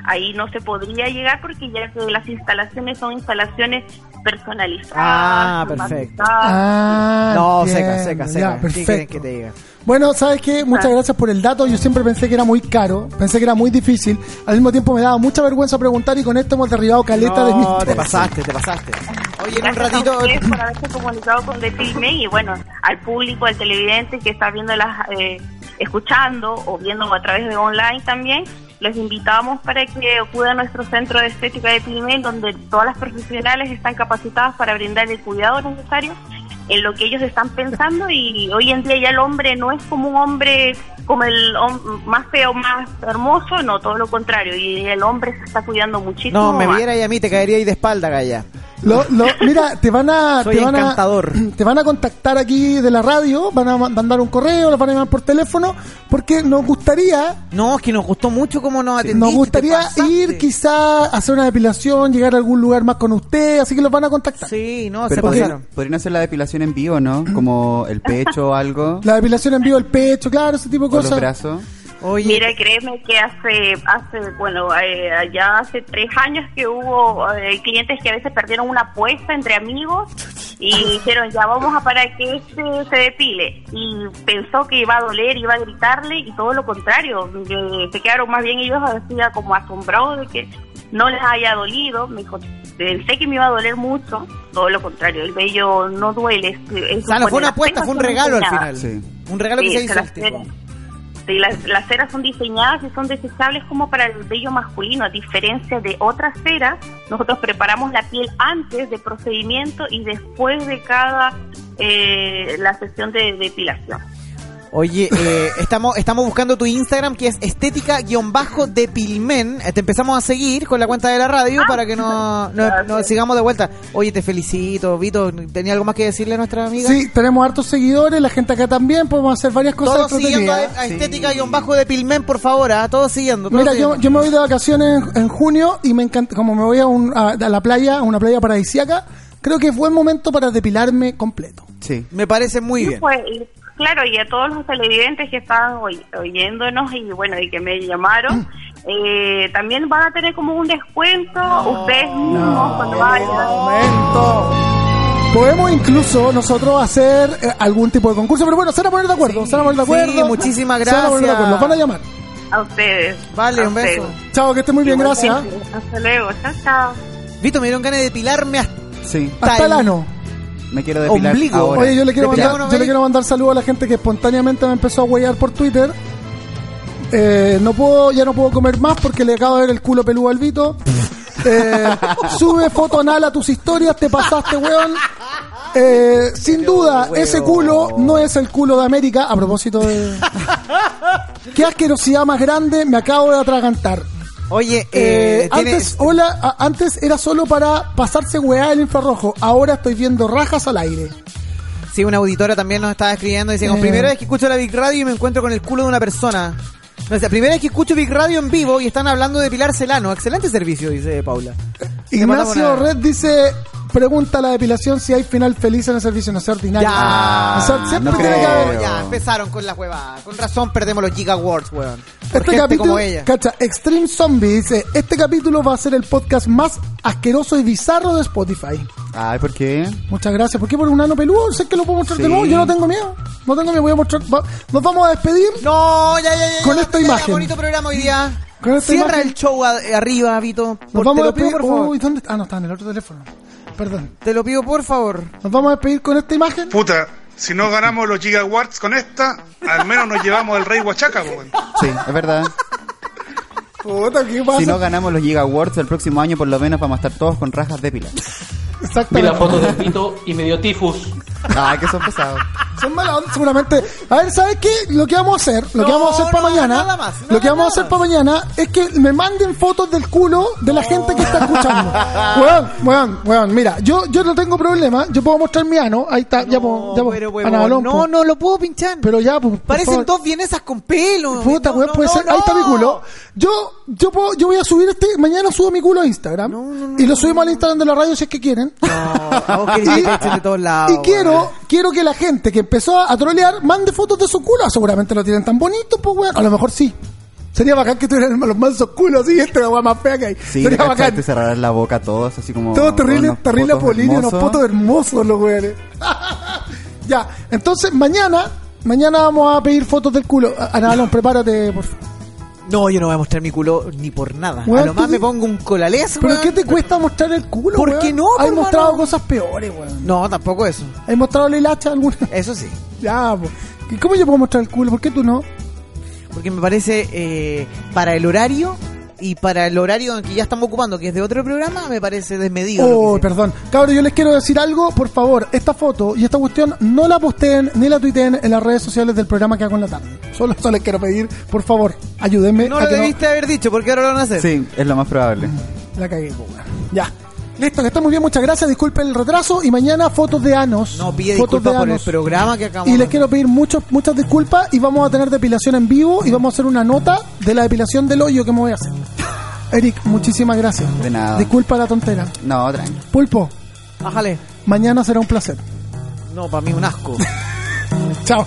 Speaker 12: ahí no se podría llegar porque ya que las instalaciones son instalaciones personalizadas.
Speaker 2: Ah, perfecto.
Speaker 3: Ah,
Speaker 2: no,
Speaker 3: entiendo.
Speaker 2: seca, seca, seca.
Speaker 3: Ya,
Speaker 2: ¿Qué quieren
Speaker 3: perfecto.
Speaker 2: que Ah. te diga?
Speaker 3: Bueno, ¿sabes qué? Muchas gracias por el dato. Yo siempre pensé que era muy caro, pensé que era muy difícil. Al mismo tiempo me daba mucha vergüenza preguntar y con esto hemos derribado caleta de
Speaker 2: No,
Speaker 3: mitos.
Speaker 2: te pasaste, te pasaste. Oye, en un
Speaker 12: Gracias
Speaker 2: ratito.
Speaker 12: a ustedes por haberse comunicado con The Filme y bueno, al público, al televidente que está viendo las, eh, escuchando o viendo a través de online también, los invitamos para que acudan a nuestro centro de estética de Filme, donde todas las profesionales están capacitadas para brindar el cuidado necesario en lo que ellos están pensando y hoy en día ya el hombre no es como un hombre como el hom- más feo, más hermoso, no, todo lo contrario, y el hombre se está cuidando muchísimo.
Speaker 2: No, me
Speaker 12: más.
Speaker 2: viera y a mí te caería ahí de espalda, Gaya.
Speaker 3: Lo- lo- mira, te van a
Speaker 2: Soy
Speaker 3: te van a,
Speaker 2: encantador.
Speaker 3: te van a contactar aquí de la radio, van a ma- mandar un correo, los van a llamar por teléfono, porque nos gustaría
Speaker 2: No, es que nos gustó mucho cómo nos atendiste.
Speaker 3: nos gustaría
Speaker 2: te pasaste.
Speaker 3: ir quizá a hacer una depilación, llegar a algún lugar más con usted, así que los van a contactar.
Speaker 2: Sí, no, se
Speaker 11: Pero podrían,
Speaker 2: pasaron.
Speaker 11: podrían hacer la depilación en vivo, ¿no? Como el pecho o algo.
Speaker 3: La depilación en vivo, el pecho, claro, ese tipo de
Speaker 11: o los
Speaker 3: cosas.
Speaker 11: brazos.
Speaker 2: Oye,
Speaker 12: Mira, créeme que hace, hace bueno, eh, ya hace tres años que hubo eh, clientes que a veces perdieron una apuesta entre amigos y dijeron, ya vamos a para que este se depile. Y pensó que iba a doler, iba a gritarle y todo lo contrario. eh, se quedaron más bien ellos decía, como asombrados de que no les haya dolido. Me dijo, pensé que me iba a doler mucho. Todo lo contrario, el vello no duele. es- es-
Speaker 2: O sea, no fue
Speaker 12: bueno,
Speaker 2: una
Speaker 12: las
Speaker 2: apuesta,
Speaker 12: prendas
Speaker 2: fue un
Speaker 12: son
Speaker 2: regalo al
Speaker 12: diseñadas.
Speaker 2: final.
Speaker 11: Sí.
Speaker 2: Un regalo que
Speaker 12: Sí,
Speaker 2: se
Speaker 12: se
Speaker 2: hizo
Speaker 12: las
Speaker 2: al tipo.
Speaker 12: tienen. Sí, las, las ceras son diseñadas y son desechables como para el vello masculino, a diferencia de otras ceras. Nosotros preparamos la piel antes del procedimiento y después de cada eh, la sesión de depilación.
Speaker 2: Oye, eh, estamos, estamos buscando tu Instagram que es estética-depilmen. Eh, Te empezamos a seguir con la cuenta de la radio para que no- no- nos
Speaker 12: gracias.
Speaker 2: sigamos de vuelta. Oye, te felicito, Vito. ¿Tenía algo más que decirle a nuestra amiga?
Speaker 3: Sí, tenemos hartos seguidores, la gente acá también, podemos hacer varias cosas
Speaker 2: Todos siguiendo a,
Speaker 3: entretenidas.
Speaker 2: a estética-depilmen, por favor. ah, Todos siguiendo. todos
Speaker 3: Mira, yo,
Speaker 2: siguiendo.
Speaker 3: yo me voy de vacaciones en, en junio y me encanta, como me voy a, un- a- a la playa, a una playa paradisíaca, creo que es buen momento para depilarme completo.
Speaker 11: Sí.
Speaker 2: Me parece muy
Speaker 12: Y
Speaker 2: bien.
Speaker 12: pues, y- claro, y a todos los televidentes que están oy- oyéndonos y bueno, y que me llamaron, eh, también van a tener como un descuento ustedes mismos cuando vayan.
Speaker 3: Podemos incluso nosotros hacer eh, algún tipo de concurso, pero bueno, se van a poner de acuerdo,
Speaker 2: Sí,
Speaker 3: se van a poner de
Speaker 2: sí,
Speaker 3: acuerdo.
Speaker 2: muchísimas
Speaker 3: Se van a poner de
Speaker 2: gracias.
Speaker 3: acuerdo, nos van a llamar.
Speaker 12: A ustedes.
Speaker 2: Vale,
Speaker 12: a
Speaker 2: un beso.
Speaker 12: ustedes.
Speaker 3: Chao, que esté muy bien, gracias.
Speaker 12: Hasta luego, chao, chao.
Speaker 2: Vito, me dieron ganas de depilarme hasta
Speaker 11: Sí.
Speaker 3: Hasta el ano.
Speaker 11: Me quiero depilar
Speaker 2: Ombligo.
Speaker 11: ahora.
Speaker 3: Oye, yo le quiero
Speaker 2: Depilado no
Speaker 3: mandar, yo le
Speaker 2: veis.
Speaker 3: quiero mandar saludos a la gente que espontáneamente me empezó a huellar por Twitter. Eh, no puedo, ya no puedo comer más porque le acabo de ver el culo peludo al Vito. Eh, sube foto anal a tus historias, te pasaste, weón. Eh, sin duda, ese culo no es el culo de América. A propósito de. Qué asquerosidad más grande, me acabo de atragantar.
Speaker 2: Oye, eh,
Speaker 3: Eh,
Speaker 2: tiene-
Speaker 3: antes,
Speaker 11: este-
Speaker 3: hola, a- antes era solo para pasarse weá el infrarrojo. Ahora estoy viendo rajas al aire.
Speaker 2: sí, una auditora también nos estaba escribiendo. Dice, como
Speaker 3: Eh.
Speaker 2: primera vez que escucho la Big Radio y me encuentro con el culo de una persona. No, es la primera vez que escucho Big Radio en vivo y están hablando de Pilar Celano. Excelente servicio, dice Paula. Te mandamos
Speaker 3: Ignacio
Speaker 2: una-
Speaker 3: Red dice, pregunta la depilación si hay final feliz en el servicio, no sea ordinario.
Speaker 2: Ya.
Speaker 3: O sea, siempre
Speaker 11: no
Speaker 3: tiene que haber-
Speaker 11: creo.
Speaker 2: Ya, empezaron con la huevada. Con razón perdemos los Giga Awards, weón. Por
Speaker 3: Este
Speaker 2: gente
Speaker 3: capítulo,
Speaker 2: como ella.
Speaker 3: cacha, Extreme Zombie dice, este capítulo va a ser el podcast más asqueroso y bizarro de Spotify.
Speaker 11: Ay, ¿por qué?
Speaker 3: Muchas gracias. ¿Por qué por un ano peludo? Sé que lo puedo mostrar de
Speaker 11: Sí.
Speaker 3: nuevo, yo no tengo miedo. No tengo miedo, voy a mostrar. va- Nos vamos a despedir.
Speaker 2: No, ya, ya, ya.
Speaker 3: Con
Speaker 2: ya,
Speaker 3: esta
Speaker 2: ya,
Speaker 3: imagen.
Speaker 2: Bonito programa hoy día.
Speaker 3: Con esta
Speaker 2: Cierra
Speaker 3: imagen.
Speaker 2: el show a- arriba, Vito.
Speaker 3: Nos
Speaker 2: Por-
Speaker 3: vamos
Speaker 2: te
Speaker 3: a
Speaker 2: lo pido,
Speaker 3: despedir.
Speaker 2: por favor.
Speaker 3: Uy, ¿dónde está? Ah, no, está en el otro teléfono. Perdón.
Speaker 2: Te lo pido, por favor.
Speaker 3: Nos vamos a despedir con esta imagen.
Speaker 13: Puta, si no ganamos los gigawatts con esta, al menos nos llevamos el rey Huachaca, weón.
Speaker 11: Sí, es verdad.
Speaker 3: Puta, ¿qué pasa?
Speaker 11: Si no ganamos los Giga Awards el próximo año, por lo menos vamos a estar todos con rajas de pila.
Speaker 3: Exactamente.
Speaker 8: del pito y medio tifus.
Speaker 11: Ay, que son pesados.
Speaker 3: Son mala onda, seguramente. A ver, ¿sabes qué? Lo que vamos a hacer, lo que
Speaker 2: No,
Speaker 3: vamos a hacer para
Speaker 2: no,
Speaker 3: mañana,
Speaker 2: nada más,
Speaker 3: lo que
Speaker 2: nada
Speaker 3: vamos a hacer
Speaker 2: más.
Speaker 3: para mañana es que me manden fotos del culo de la gente que está escuchando. weón, weón, weón, mira, yo, yo no tengo problema, yo puedo mostrar mi ano, ahí está, ya puedo, ya
Speaker 2: No,
Speaker 3: puedo.
Speaker 2: pero, huevón,
Speaker 3: Anabalón,
Speaker 2: no,
Speaker 3: po.
Speaker 2: no lo puedo pinchar.
Speaker 3: Pero ya, pues, por
Speaker 2: Parecen
Speaker 3: favor.
Speaker 2: dos vienesas con pelo.
Speaker 3: Puta,
Speaker 2: No,
Speaker 3: weón,
Speaker 2: no,
Speaker 3: puede
Speaker 2: no,
Speaker 3: ser. Ahí está
Speaker 2: no.
Speaker 3: mi culo. Yo, yo puedo, yo voy a subir este, mañana subo mi culo a Instagram. y lo subimos al Instagram de la radio si es que quieren.
Speaker 2: No, a vos querés que te echen de todos lados.
Speaker 3: Y
Speaker 2: weón.
Speaker 3: quiero, quiero que la gente que empezó a trolear mande fotos de su culo. Seguramente lo tienen tan bonito, pues, weón. A lo mejor sí. Sería bacán que tuvieran los mansos culos así, esta es la weá más fea que hay.
Speaker 11: Sí,
Speaker 3: Sería
Speaker 11: ¿cachai?
Speaker 3: bacán.
Speaker 11: te cerrarán la boca a todos, así como.
Speaker 3: Todo terrible,
Speaker 11: unos
Speaker 3: terrible
Speaker 11: potos
Speaker 3: apolino, unos
Speaker 11: hermosos.
Speaker 3: fotos hermosos los weones. ya, entonces mañana, mañana vamos a pedir fotos del culo. A- Ana Balón, prepárate, por favor.
Speaker 2: No, yo no voy a mostrar mi culo ni por nada.
Speaker 3: Weón,
Speaker 2: a lo más
Speaker 3: tú-
Speaker 2: me pongo un colales,
Speaker 3: ¿Pero
Speaker 2: weón.
Speaker 3: qué te cuesta mostrar el culo,
Speaker 2: ¿Por
Speaker 3: weón?
Speaker 2: qué no,
Speaker 3: Hay
Speaker 2: hermano?
Speaker 3: mostrado cosas peores, weón.
Speaker 2: No, tampoco eso.
Speaker 3: Hay mostrado la hilacha alguna.
Speaker 2: Eso sí.
Speaker 3: ya, po. ¿Y ¿Cómo yo puedo mostrar el culo? ¿Por qué tú no?
Speaker 2: Porque me parece, eh, para el horario y para el horario en que ya estamos ocupando, que es de otro programa, me parece desmedido. lo que
Speaker 3: Oh,
Speaker 2: hicieron.
Speaker 3: perdón. Cabros, yo les quiero decir algo. Por favor, esta foto y esta cuestión no la posteen ni la tuiteen en las redes sociales del programa que hago en la tarde. Solo eso les quiero pedir. Por favor, ayúdenme
Speaker 2: no
Speaker 3: a
Speaker 2: lo
Speaker 3: que no
Speaker 2: debiste haber dicho, porque ahora lo van a hacer.
Speaker 11: Sí, es lo más probable.
Speaker 3: la cagué. po, pues, weón. Ya. Listo, que está muy bien, muchas gracias. Disculpen el retraso. Y mañana fotos de anos.
Speaker 2: No, pide
Speaker 3: Fotos
Speaker 2: disculpas
Speaker 3: de
Speaker 2: por el
Speaker 3: anos.
Speaker 2: programa que acabamos
Speaker 3: Y
Speaker 2: de
Speaker 3: les quiero pedir muchos, muchas disculpas. Y vamos a tener depilación en vivo. Y vamos a hacer una nota de la depilación del hoyo que me voy a hacer. Eric, muchísimas gracias.
Speaker 11: De nada.
Speaker 3: Disculpa la tontera.
Speaker 11: No, tranqui.
Speaker 3: Pulpo,
Speaker 2: Bájale.
Speaker 3: mañana será un placer.
Speaker 2: No, para mí un asco.
Speaker 3: Chao.